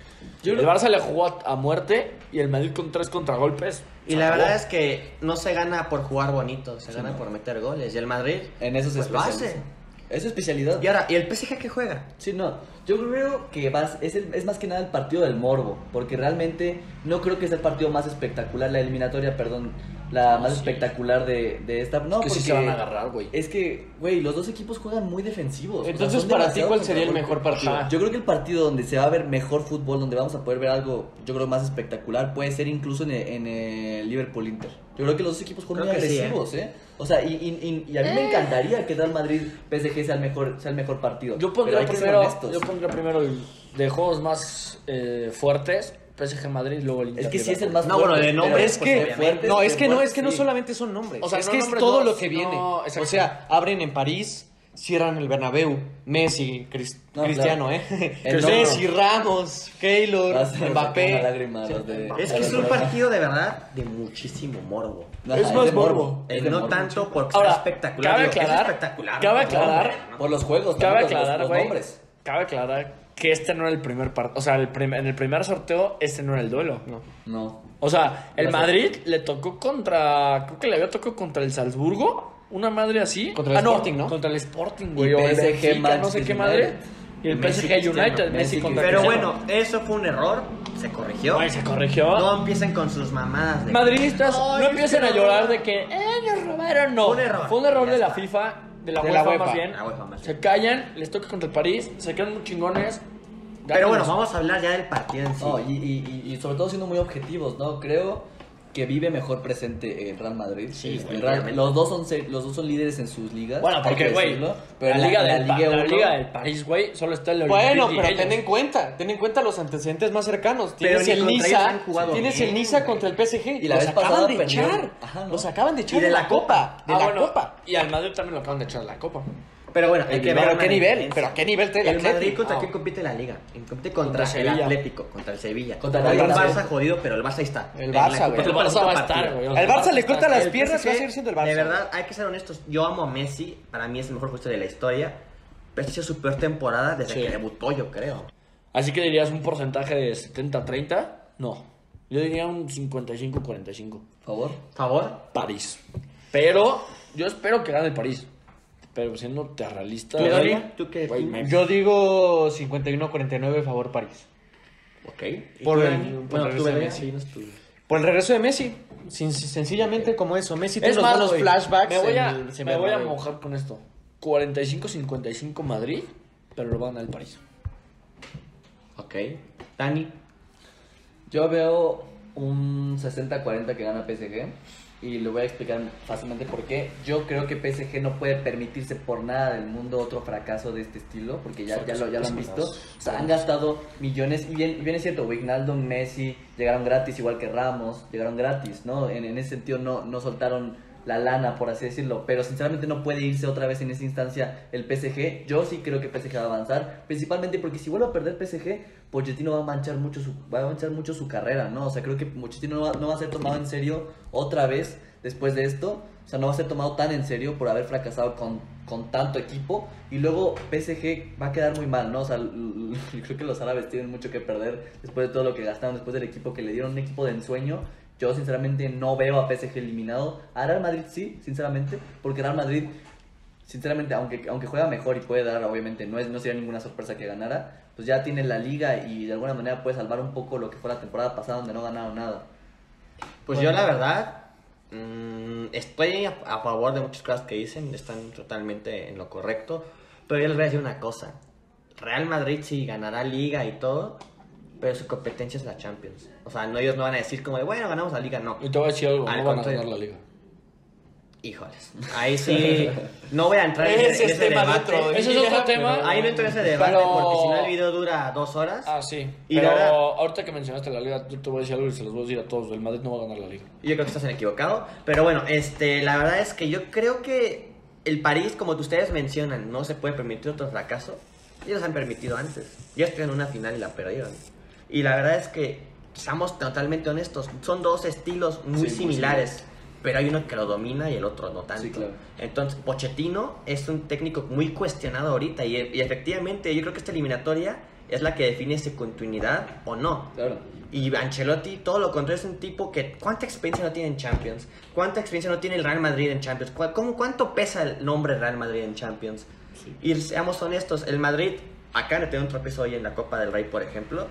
[SPEAKER 2] Yo
[SPEAKER 1] el
[SPEAKER 2] creo-
[SPEAKER 1] Barça le jugó a, a muerte y el Madrid con tres contragolpes.
[SPEAKER 4] Y
[SPEAKER 1] se
[SPEAKER 4] la
[SPEAKER 1] acabó.
[SPEAKER 4] verdad es que no se gana por jugar bonito, se gana por meter goles. Y el Madrid
[SPEAKER 2] En eso se
[SPEAKER 4] pues, lo hace.
[SPEAKER 2] especializa. Es su especialidad.
[SPEAKER 4] Y ahora, ¿y el PSG qué juega?
[SPEAKER 2] Sí, no. Yo creo que vas- es, el- es más que nada el partido del morbo, porque realmente no creo que sea el partido más espectacular, la eliminatoria, perdón, la más espectacular de, de esta. No,
[SPEAKER 1] que sí
[SPEAKER 2] porque
[SPEAKER 1] se van a agarrar, güey.
[SPEAKER 2] Es que, güey, los dos equipos juegan muy defensivos. o sea,
[SPEAKER 3] Entonces,
[SPEAKER 2] son
[SPEAKER 3] para ti,
[SPEAKER 2] demasiado
[SPEAKER 3] ¿cuál sería el
[SPEAKER 2] contragolpes.
[SPEAKER 3] mejor partido?
[SPEAKER 1] Ajá.
[SPEAKER 2] Yo creo que el partido donde se va a ver mejor fútbol, donde vamos a poder ver algo, yo creo, más espectacular, puede ser incluso en el, en el Liverpool-Inter. Yo creo que los dos equipos juegan
[SPEAKER 4] Creo
[SPEAKER 2] muy
[SPEAKER 4] que sí,
[SPEAKER 2] agresivos, ¿eh? O sea, y, y- y- y a mí me encantaría que Real Madrid-PSG sea, el mejor- sea el mejor partido.
[SPEAKER 1] Yo
[SPEAKER 2] pero
[SPEAKER 1] pondría
[SPEAKER 2] hay que ser
[SPEAKER 1] primero,
[SPEAKER 2] honestos.
[SPEAKER 1] yo pondría primero el- de juegos más eh, fuertes, PSG Madrid, luego el Inter.
[SPEAKER 2] Es que sí es
[SPEAKER 1] Liverpool.
[SPEAKER 2] el más
[SPEAKER 4] No, bueno, de nombre,
[SPEAKER 2] pero
[SPEAKER 3] es que
[SPEAKER 2] pues, fuertes,
[SPEAKER 3] no, es que no,
[SPEAKER 2] fuertes,
[SPEAKER 3] es que no
[SPEAKER 2] sí.
[SPEAKER 3] solamente son nombres,
[SPEAKER 1] O sea,
[SPEAKER 3] es
[SPEAKER 1] no
[SPEAKER 3] que es
[SPEAKER 1] nombres,
[SPEAKER 3] todo
[SPEAKER 1] no,
[SPEAKER 3] lo que
[SPEAKER 1] no,
[SPEAKER 3] viene. o
[SPEAKER 1] exacto.
[SPEAKER 3] sea, abren en París, cierran el Bernabéu, Messi, Cris-
[SPEAKER 2] No,
[SPEAKER 3] Cristiano,
[SPEAKER 2] claro.
[SPEAKER 3] ¿eh?
[SPEAKER 2] El
[SPEAKER 3] Messi,
[SPEAKER 2] nombre.
[SPEAKER 3] Ramos, Keylor,
[SPEAKER 2] Va a ser una
[SPEAKER 3] Mbappé.
[SPEAKER 2] lágrima, los de-
[SPEAKER 4] Es que es
[SPEAKER 2] los
[SPEAKER 4] un
[SPEAKER 2] de-
[SPEAKER 4] partido de verdad de muchísimo morbo.
[SPEAKER 2] Ajá,
[SPEAKER 1] Es más
[SPEAKER 2] de
[SPEAKER 1] morbo.
[SPEAKER 4] Eh,
[SPEAKER 2] de
[SPEAKER 4] no
[SPEAKER 2] morbo,
[SPEAKER 4] tanto
[SPEAKER 2] sí.
[SPEAKER 4] porque sea
[SPEAKER 1] Ahora,
[SPEAKER 4] espectacular.
[SPEAKER 1] cabe
[SPEAKER 4] digo, es
[SPEAKER 1] aclarar-
[SPEAKER 4] espectacular.
[SPEAKER 1] cabe
[SPEAKER 4] por favor,
[SPEAKER 1] aclarar-
[SPEAKER 4] ¿no?
[SPEAKER 2] Por los juegos,
[SPEAKER 1] Cabe
[SPEAKER 2] también los-
[SPEAKER 1] aclarar,
[SPEAKER 2] los
[SPEAKER 1] güey.
[SPEAKER 2] nombres.
[SPEAKER 1] Cabe aclarar que este no era el primer partido. O sea, el prim- en el primer sorteo, este no era el duelo.
[SPEAKER 2] No.
[SPEAKER 1] O sea, el
[SPEAKER 2] Gracias.
[SPEAKER 1] Madrid le tocó contra. Creo que le había tocado contra el Salzburgo. Una madre así.
[SPEAKER 3] Contra el
[SPEAKER 1] Ah, no,
[SPEAKER 3] Sporting, ¿no?
[SPEAKER 1] Contra el Sporting, güey.
[SPEAKER 2] Y
[SPEAKER 1] o el
[SPEAKER 2] PSG,
[SPEAKER 1] Benfica, no sé
[SPEAKER 2] Manchester
[SPEAKER 1] qué madre.
[SPEAKER 2] United.
[SPEAKER 1] Y el
[SPEAKER 4] Messi,
[SPEAKER 1] PSG United,
[SPEAKER 4] Cristiano,
[SPEAKER 1] Messi
[SPEAKER 2] Messi,
[SPEAKER 1] contra
[SPEAKER 4] Pero
[SPEAKER 1] Cristiano.
[SPEAKER 4] bueno, eso fue un error. Se corrigió.
[SPEAKER 1] Güey, se corrigió.
[SPEAKER 4] No empiecen con sus mamadas. de-
[SPEAKER 1] Madridistas,
[SPEAKER 4] Ay,
[SPEAKER 1] no
[SPEAKER 4] es
[SPEAKER 1] empiecen
[SPEAKER 4] que
[SPEAKER 1] a
[SPEAKER 4] no.
[SPEAKER 1] llorar de que. ¡Eh, nos robaron! No.
[SPEAKER 4] Fue un error.
[SPEAKER 1] Fue un error
[SPEAKER 4] Ya
[SPEAKER 1] de la
[SPEAKER 4] está.
[SPEAKER 1] FIFA. De la
[SPEAKER 3] De
[SPEAKER 1] UEFA,
[SPEAKER 3] la UEFA.
[SPEAKER 1] más bien.
[SPEAKER 4] La UEFA más
[SPEAKER 1] Se
[SPEAKER 4] bien.
[SPEAKER 1] callan, les toca contra el París, se quedan muy chingones.
[SPEAKER 4] Pero bueno,
[SPEAKER 1] Gánanos.
[SPEAKER 4] vamos a hablar ya del partido en sí.
[SPEAKER 2] No, y, y- y- y sobre todo siendo muy objetivos, ¿no? Creo que vive mejor presente el Real Madrid.
[SPEAKER 4] Sí,
[SPEAKER 2] Este,
[SPEAKER 4] güey,
[SPEAKER 2] el Real-
[SPEAKER 4] obviamente.
[SPEAKER 2] los, dos son, se- los dos son líderes en sus ligas.
[SPEAKER 1] Bueno,
[SPEAKER 2] hay
[SPEAKER 1] porque,
[SPEAKER 2] que
[SPEAKER 1] güey,
[SPEAKER 2] decirlo,
[SPEAKER 1] la,
[SPEAKER 2] en
[SPEAKER 1] liga
[SPEAKER 2] en
[SPEAKER 1] del, pa- la
[SPEAKER 2] uno-
[SPEAKER 1] liga del París, güey, solo está el
[SPEAKER 3] Bueno,
[SPEAKER 1] Olympique y
[SPEAKER 3] pero
[SPEAKER 1] ellos.
[SPEAKER 3] ten en cuenta, ten en cuenta los antecedentes más cercanos.
[SPEAKER 4] Pero
[SPEAKER 3] Tienes
[SPEAKER 4] ni
[SPEAKER 3] el
[SPEAKER 4] contra ellos
[SPEAKER 3] Niza,
[SPEAKER 4] han jugado
[SPEAKER 3] tienes
[SPEAKER 4] bien,
[SPEAKER 3] el Niza
[SPEAKER 4] güey.
[SPEAKER 3] contra el PSG
[SPEAKER 2] Y la
[SPEAKER 3] los
[SPEAKER 2] vez
[SPEAKER 3] acaban
[SPEAKER 2] pasada
[SPEAKER 3] de
[SPEAKER 2] perdieron.
[SPEAKER 3] echar.
[SPEAKER 2] Ajá, ¿no?
[SPEAKER 3] Los acaban de echar
[SPEAKER 4] Y de
[SPEAKER 3] en
[SPEAKER 4] la Copa.
[SPEAKER 3] de
[SPEAKER 1] Ah,
[SPEAKER 3] la
[SPEAKER 1] bueno,
[SPEAKER 3] Copa.
[SPEAKER 1] Y al Madrid también lo acaban de echar la copa.
[SPEAKER 4] Pero bueno, hay
[SPEAKER 3] Pero
[SPEAKER 4] que ver.
[SPEAKER 3] ¿a
[SPEAKER 4] una
[SPEAKER 3] qué nivel,
[SPEAKER 4] diferencia.
[SPEAKER 3] pero a qué nivel trae el
[SPEAKER 4] El Madrid
[SPEAKER 3] Atlético?
[SPEAKER 4] contra
[SPEAKER 1] Ah.
[SPEAKER 4] quién compite la liga. Compite contra,
[SPEAKER 1] Contra
[SPEAKER 4] el
[SPEAKER 1] Sevilla.
[SPEAKER 4] Atlético, contra el Sevilla.
[SPEAKER 2] Contra
[SPEAKER 4] Contra,
[SPEAKER 2] el
[SPEAKER 4] el
[SPEAKER 2] Barça.
[SPEAKER 4] Barça jodido, pero el Barça ahí está.
[SPEAKER 3] El
[SPEAKER 4] En
[SPEAKER 3] Barça,
[SPEAKER 4] la Copa.
[SPEAKER 3] güey.
[SPEAKER 4] Es
[SPEAKER 1] El
[SPEAKER 4] otro
[SPEAKER 1] Barça va a
[SPEAKER 4] partido.
[SPEAKER 1] estar, güey.
[SPEAKER 3] Al Barça le
[SPEAKER 1] está-
[SPEAKER 3] corta las
[SPEAKER 4] El
[SPEAKER 3] piernas y
[SPEAKER 4] PSG,
[SPEAKER 3] va a seguir siendo el Barça.
[SPEAKER 4] De verdad, hay que ser honestos. Yo amo a Messi. Para mí es el mejor jugador de la historia. Pero ha sido su peor temporada desde
[SPEAKER 1] Sí.
[SPEAKER 4] que debutó, yo creo.
[SPEAKER 1] Así que dirías un porcentaje de 70-30. No. Yo diría un 55-45.
[SPEAKER 2] Por favor.
[SPEAKER 4] ¿Favor?
[SPEAKER 1] París. Pero yo espero que gane el París. Pero siendo terralista.
[SPEAKER 4] ¿Tú,
[SPEAKER 1] güey,
[SPEAKER 4] Dani? ¿Tú qué?
[SPEAKER 1] güey, me-
[SPEAKER 3] Yo digo 51-49 favor París.
[SPEAKER 4] Ok.
[SPEAKER 3] Por
[SPEAKER 4] ¿Y tú,
[SPEAKER 3] el-
[SPEAKER 4] Dani? Bueno,
[SPEAKER 3] por el
[SPEAKER 4] tú,
[SPEAKER 3] regreso de
[SPEAKER 4] Bedoya.
[SPEAKER 3] Messi, Por el regreso de Messi, sin- sencillamente como eso. Messi tiene
[SPEAKER 1] Es
[SPEAKER 3] los
[SPEAKER 1] más,
[SPEAKER 3] buenos
[SPEAKER 1] güey,
[SPEAKER 3] flashbacks.
[SPEAKER 1] Me voy, a,
[SPEAKER 3] en el- se
[SPEAKER 1] me voy a
[SPEAKER 3] Bernabéu.
[SPEAKER 1] mojar con esto. 45-55 Madrid, pero lo va a ganar el París.
[SPEAKER 4] Ok. Dani.
[SPEAKER 2] Yo veo un 60-40 que gana PSG. Y le voy a explicar fácilmente por qué. Yo creo que PSG no puede permitirse por nada del mundo otro fracaso de este estilo, porque ya, ya, lo, ya lo han visto. O sea, han gastado millones. Y bien, y bien es cierto, Wijnaldum, Messi llegaron gratis, igual que Ramos, llegaron gratis, ¿no? En, en ese sentido no, no soltaron la lana, por así decirlo. Pero sinceramente no puede irse otra vez en esa instancia el PSG. Yo sí creo que PSG va a avanzar, principalmente porque si vuelve a perder PSG, Pochettino va a manchar mucho su, va a manchar mucho su carrera, ¿no? O sea, creo que Pochettino no va, no va a ser tomado en serio otra vez después de esto. O sea, no va a ser tomado tan en serio por haber fracasado con, con tanto equipo. Y luego PSG va a quedar muy mal, ¿no? O sea, l- l- creo que los árabes tienen mucho que perder después de todo lo que gastaron, después del equipo que le dieron, un equipo de ensueño. Yo sinceramente no veo a PSG eliminado. A Real Madrid sí, sinceramente, porque Real Madrid sinceramente, aunque, aunque juega mejor y puede dar, obviamente, no, es, no sería ninguna sorpresa que ganara, pues ya tiene la liga y de alguna manera puede salvar un poco lo que fue la temporada pasada donde no ganaron nada.
[SPEAKER 4] Pues yo la verdad mm, estoy a, a favor de muchas cosas que dicen, están totalmente en lo correcto, pero yo les voy a decir una cosa. Real Madrid sí ganará liga y todo, pero su competencia es la Champions. O sea, no ellos no van a decir como de, bueno, ganamos la liga, no.
[SPEAKER 1] Y te voy a decir algo,
[SPEAKER 2] Ah,
[SPEAKER 4] Al
[SPEAKER 1] no van a
[SPEAKER 4] contrario.
[SPEAKER 1] ganar la liga.
[SPEAKER 4] Híjoles. Ahí sí no voy a entrar en
[SPEAKER 3] Ese
[SPEAKER 4] ese,
[SPEAKER 3] es tema de
[SPEAKER 4] debate.
[SPEAKER 3] otro
[SPEAKER 1] Ese es
[SPEAKER 3] día,
[SPEAKER 1] otro tema.
[SPEAKER 3] pero-
[SPEAKER 4] Ahí no entro en ese debate
[SPEAKER 1] Pero-
[SPEAKER 4] porque si no el video dura dos horas.
[SPEAKER 1] Ah, sí.
[SPEAKER 4] Y
[SPEAKER 1] pero
[SPEAKER 4] la verdad-
[SPEAKER 1] ahorita que mencionaste la liga, yo te voy a decir algo y se los voy a decir a todos. El Madrid no va a ganar la liga.
[SPEAKER 4] Yo creo que estás en equivocado. Pero bueno, este, la verdad es que yo creo que el París, como que ustedes mencionan, no se puede permitir otro fracaso. Ellos han permitido antes. Ya estuvieron en una final y la perdieron. Y la verdad es que, estamos totalmente honestos, son dos estilos muy
[SPEAKER 2] Sí, muy
[SPEAKER 4] similares. Pero hay uno que lo domina y el otro no tanto.
[SPEAKER 2] Sí, claro.
[SPEAKER 4] Entonces, Pochettino es un técnico muy cuestionado ahorita. Y, e, y efectivamente, yo creo que esta eliminatoria es la que define si continuidad o no.
[SPEAKER 2] Claro.
[SPEAKER 4] Y Ancelotti, todo lo contrario, es un tipo que. ¿Cuánta experiencia no tiene en Champions? ¿Cuánta experiencia no tiene el Real Madrid en Champions? ¿Cuá- cómo- ¿Cuánto pesa el nombre Real Madrid en Champions? Y seamos honestos, el Madrid acá le tiene un tropiezo hoy en la Copa del Rey, por ejemplo,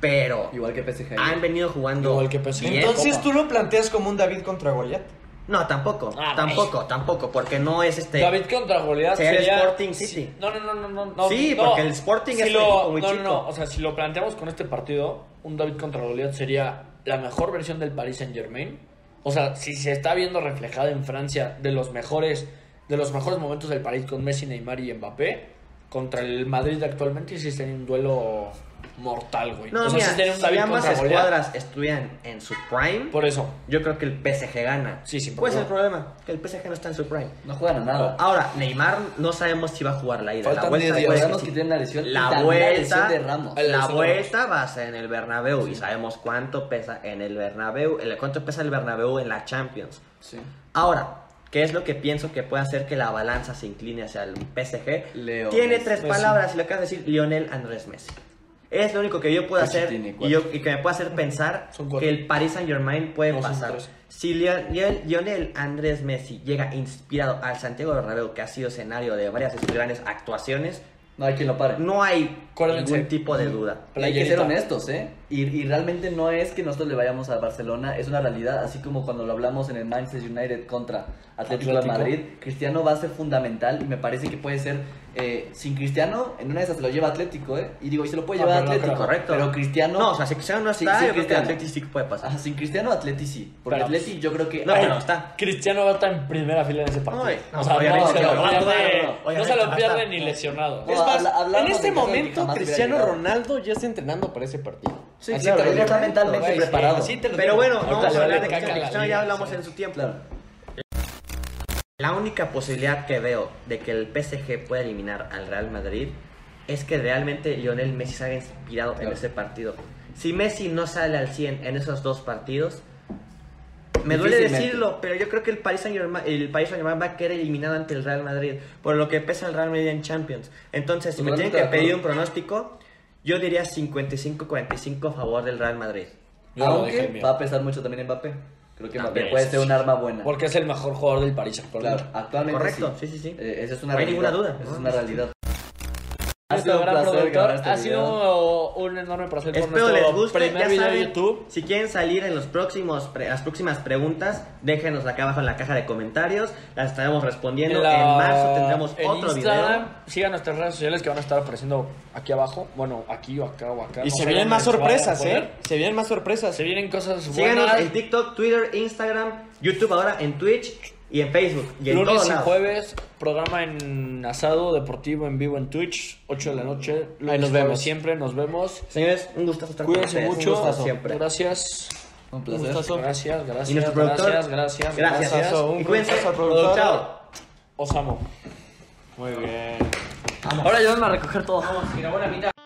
[SPEAKER 4] pero
[SPEAKER 2] Igual que PSG.
[SPEAKER 4] han venido jugando.
[SPEAKER 1] Igual que PSG.
[SPEAKER 4] bien.
[SPEAKER 3] Entonces tú lo planteas como un David contra Goliat.
[SPEAKER 4] No, tampoco,
[SPEAKER 1] Ah,
[SPEAKER 4] tampoco, tampoco, porque no es este.
[SPEAKER 1] David contra Goliat
[SPEAKER 4] Sería el
[SPEAKER 1] sería...
[SPEAKER 4] Sporting City.
[SPEAKER 1] No, no, no, no, no, no.
[SPEAKER 4] Sí,
[SPEAKER 1] no.
[SPEAKER 4] porque el Sporting es un equipo muy
[SPEAKER 1] no,
[SPEAKER 4] chico.
[SPEAKER 1] No, no, o sea, si lo planteamos con este partido, un David contra Goliat sería la mejor versión del Paris Saint Germain. O sea, si se está viendo reflejada en Francia de los mejores, de los mejores momentos del París con Messi, Neymar y Mbappé, contra el Madrid actualmente sí sería un duelo mortal, güey.
[SPEAKER 4] No,
[SPEAKER 1] o sea,
[SPEAKER 4] mira,
[SPEAKER 1] sí sería un
[SPEAKER 4] si
[SPEAKER 1] David
[SPEAKER 4] ambas
[SPEAKER 1] contra Goliat.
[SPEAKER 4] escuadras estuvieran en su prime,
[SPEAKER 1] Por eso.
[SPEAKER 4] yo creo que el PSG gana.
[SPEAKER 1] Sí, sin
[SPEAKER 4] ¿Cuál es el
[SPEAKER 1] problema.
[SPEAKER 4] problema? Que el PSG no está en su prime.
[SPEAKER 2] No ah, juegan a nada.
[SPEAKER 4] Ahora, Neymar no sabemos si va a jugar la ida. La
[SPEAKER 1] Faltan
[SPEAKER 4] vuelta,
[SPEAKER 1] 10 días.
[SPEAKER 4] puede
[SPEAKER 2] Sabemos
[SPEAKER 4] sí.
[SPEAKER 2] que tiene una lesión y
[SPEAKER 4] la
[SPEAKER 2] también la lesión
[SPEAKER 4] vuelta,
[SPEAKER 2] de Ramos.
[SPEAKER 1] La
[SPEAKER 4] la
[SPEAKER 1] lesión de
[SPEAKER 4] vuelta va a ser en el Bernabéu y sabemos cuánto pesa en el Bernabéu, el- cuánto pesa el Bernabéu en la Champions.
[SPEAKER 2] Sí.
[SPEAKER 4] Ahora, ¿qué es lo que pienso que puede hacer que la balanza se incline hacia el PSG?
[SPEAKER 2] Leo
[SPEAKER 4] Tiene
[SPEAKER 2] Messi.
[SPEAKER 4] tres
[SPEAKER 1] Messi.
[SPEAKER 4] palabras y lo acabas de decir, Lionel Andrés Messi. Es lo único que yo puedo hacer
[SPEAKER 2] Pochettino,
[SPEAKER 4] y, yo- y que me puede hacer pensar
[SPEAKER 1] Son cuatro.
[SPEAKER 4] que el Paris Saint Germain puede
[SPEAKER 1] No, son
[SPEAKER 4] pasar.
[SPEAKER 1] tres.
[SPEAKER 4] Si Leo- Leo- Lionel Andrés Messi llega inspirado al Santiago Bernabéu, que ha sido escenario de varias de sus grandes actuaciones,
[SPEAKER 2] No hay quien lo pare.
[SPEAKER 4] no hay
[SPEAKER 1] Acuérdense.
[SPEAKER 4] ningún tipo de duda.
[SPEAKER 2] Y Hay que ser
[SPEAKER 1] Playerita.
[SPEAKER 2] honestos, ¿eh? Y, y realmente no es que nosotros le vayamos a Barcelona, es una realidad, así como cuando lo hablamos en el Manchester United contra Atlético, de
[SPEAKER 1] Atlético.
[SPEAKER 2] Madrid, Cristiano va a ser fundamental y me parece que puede ser, eh, sin Cristiano, en una de esas se lo lleva Atlético, ¿eh? Y digo, y se lo puede
[SPEAKER 1] Ah,
[SPEAKER 2] llevar
[SPEAKER 1] pero no
[SPEAKER 2] Atlético,
[SPEAKER 1] creo.
[SPEAKER 4] Correcto.
[SPEAKER 2] Pero Cristiano...
[SPEAKER 4] No, o sea, si Cristiano no
[SPEAKER 2] Sí,
[SPEAKER 4] está,
[SPEAKER 2] sí,
[SPEAKER 4] yo creo que el
[SPEAKER 2] Cristiano.
[SPEAKER 4] Atlético sí puede pasar.
[SPEAKER 2] Ajá, sin Cristiano, Atleti sí, porque
[SPEAKER 1] Pero-
[SPEAKER 2] Atleti yo creo que...
[SPEAKER 4] No, pero
[SPEAKER 2] Ay,
[SPEAKER 4] no está.
[SPEAKER 1] Cristiano va a estar en primera fila en ese partido.
[SPEAKER 4] Ay, no,
[SPEAKER 1] o sea,
[SPEAKER 4] obviamente,
[SPEAKER 1] no se lo
[SPEAKER 4] obviamente,
[SPEAKER 1] pierde,
[SPEAKER 4] no, no,
[SPEAKER 1] no se lo
[SPEAKER 4] obviamente,
[SPEAKER 1] pierde
[SPEAKER 4] basta.
[SPEAKER 1] ni lesionado.
[SPEAKER 2] No,
[SPEAKER 3] es más,
[SPEAKER 2] habla- hablábamos
[SPEAKER 3] en
[SPEAKER 2] de
[SPEAKER 3] este
[SPEAKER 2] casos de que
[SPEAKER 3] momento
[SPEAKER 2] jamás hubiera
[SPEAKER 3] Cristiano
[SPEAKER 2] llegado.
[SPEAKER 3] Ronaldo ya está entrenando para ese partido.
[SPEAKER 2] Sí,
[SPEAKER 3] Así
[SPEAKER 2] claro,
[SPEAKER 3] te lo
[SPEAKER 2] ya
[SPEAKER 3] digo.
[SPEAKER 2] está mentalmente
[SPEAKER 1] Güey, sí,
[SPEAKER 2] preparado.
[SPEAKER 1] así te lo
[SPEAKER 4] Pero
[SPEAKER 1] digo.
[SPEAKER 4] bueno, no
[SPEAKER 1] Ahorita
[SPEAKER 4] vamos
[SPEAKER 1] le
[SPEAKER 4] a
[SPEAKER 1] vale
[SPEAKER 4] hablar
[SPEAKER 1] caca
[SPEAKER 4] de Cristiano,
[SPEAKER 1] la
[SPEAKER 4] Cristiano, ya
[SPEAKER 1] liga,
[SPEAKER 4] hablamos
[SPEAKER 1] sí.
[SPEAKER 4] en su tiempo.
[SPEAKER 2] Claro.
[SPEAKER 4] La única posibilidad que veo de que el PSG pueda eliminar al Real Madrid es que realmente Lionel Messi salga inspirado en
[SPEAKER 2] Claro.
[SPEAKER 4] ese partido. Si Messi no sale al 100 en esos dos partidos, me duele
[SPEAKER 2] Difícilmente.
[SPEAKER 4] decirlo, pero yo creo que el Paris Saint Germain, el Paris Saint Germain va a quedar eliminado ante el Real Madrid, por lo que pesa el Real Madrid en Champions. Entonces, si me tienen
[SPEAKER 2] Totalmente
[SPEAKER 4] que
[SPEAKER 2] de acuerdo.
[SPEAKER 4] pedir un pronóstico, yo diría 55-45 a favor del Real Madrid.
[SPEAKER 1] Yo lo dejé en
[SPEAKER 2] Aunque
[SPEAKER 1] mío.
[SPEAKER 2] va a pesar mucho también Mbappé, creo que Mbappé
[SPEAKER 4] También,
[SPEAKER 2] puede
[SPEAKER 4] sí,
[SPEAKER 2] ser un
[SPEAKER 4] sí.
[SPEAKER 2] arma buena.
[SPEAKER 1] Porque es el mejor jugador del París actualmente.
[SPEAKER 2] Claro, actualmente
[SPEAKER 4] Correcto, sí, sí, sí.
[SPEAKER 2] Eh, esa es una
[SPEAKER 4] No hay
[SPEAKER 2] realidad.
[SPEAKER 4] ninguna duda,
[SPEAKER 2] Esa
[SPEAKER 4] ¿no?
[SPEAKER 2] es una realidad.
[SPEAKER 1] Ha sido un gran
[SPEAKER 2] grabar
[SPEAKER 1] productor.
[SPEAKER 2] este
[SPEAKER 1] Ha
[SPEAKER 2] video.
[SPEAKER 1] sido un enorme placer por
[SPEAKER 4] Espero les guste.
[SPEAKER 1] primer
[SPEAKER 4] ya
[SPEAKER 1] video
[SPEAKER 4] saben,
[SPEAKER 1] de YouTube.
[SPEAKER 4] Si quieren salir en los próximos pre- las próximas preguntas, déjenos acá abajo en la caja de comentarios. Las estaremos respondiendo.
[SPEAKER 1] la-
[SPEAKER 4] En marzo tendremos
[SPEAKER 1] en
[SPEAKER 4] otro
[SPEAKER 1] Instagram,
[SPEAKER 4] video.
[SPEAKER 1] Sigan nuestras redes sociales que van a estar apareciendo aquí abajo. Bueno, aquí o acá o acá.
[SPEAKER 3] Y
[SPEAKER 1] no
[SPEAKER 3] se
[SPEAKER 1] sé dónde
[SPEAKER 3] vienen más
[SPEAKER 1] se vayan a
[SPEAKER 3] sorpresas,
[SPEAKER 1] poner.
[SPEAKER 3] ¿eh? Se vienen más sorpresas.
[SPEAKER 1] Se vienen cosas
[SPEAKER 4] Síganos
[SPEAKER 1] buenas.
[SPEAKER 4] en TikTok, Twitter, Instagram, YouTube ahora, en Twitch y en Facebook. Y en
[SPEAKER 1] Lunes
[SPEAKER 4] todos
[SPEAKER 1] y
[SPEAKER 4] lados.
[SPEAKER 1] jueves, programa en asado deportivo en vivo en Twitch, 8 de la noche. Lunes
[SPEAKER 3] nos
[SPEAKER 1] y jueves
[SPEAKER 3] vemos.
[SPEAKER 1] Siempre nos vemos.
[SPEAKER 4] Señores, un gusto estar con
[SPEAKER 1] Cuídense
[SPEAKER 4] ustedes,
[SPEAKER 1] mucho.
[SPEAKER 4] Un gustazo siempre.
[SPEAKER 1] Gracias.
[SPEAKER 2] Un
[SPEAKER 3] Un
[SPEAKER 2] placer.
[SPEAKER 3] gustazo.
[SPEAKER 1] Gracias, gracias.
[SPEAKER 4] Y nuestro productor.
[SPEAKER 1] Gracias, gracias.
[SPEAKER 4] Gracias.
[SPEAKER 3] gracias.
[SPEAKER 4] Y
[SPEAKER 3] Un
[SPEAKER 4] cuídense.
[SPEAKER 3] gustazo al productor.
[SPEAKER 4] Chao.
[SPEAKER 1] Os amo. Muy bien. Ahora ayúdenme a recoger todo.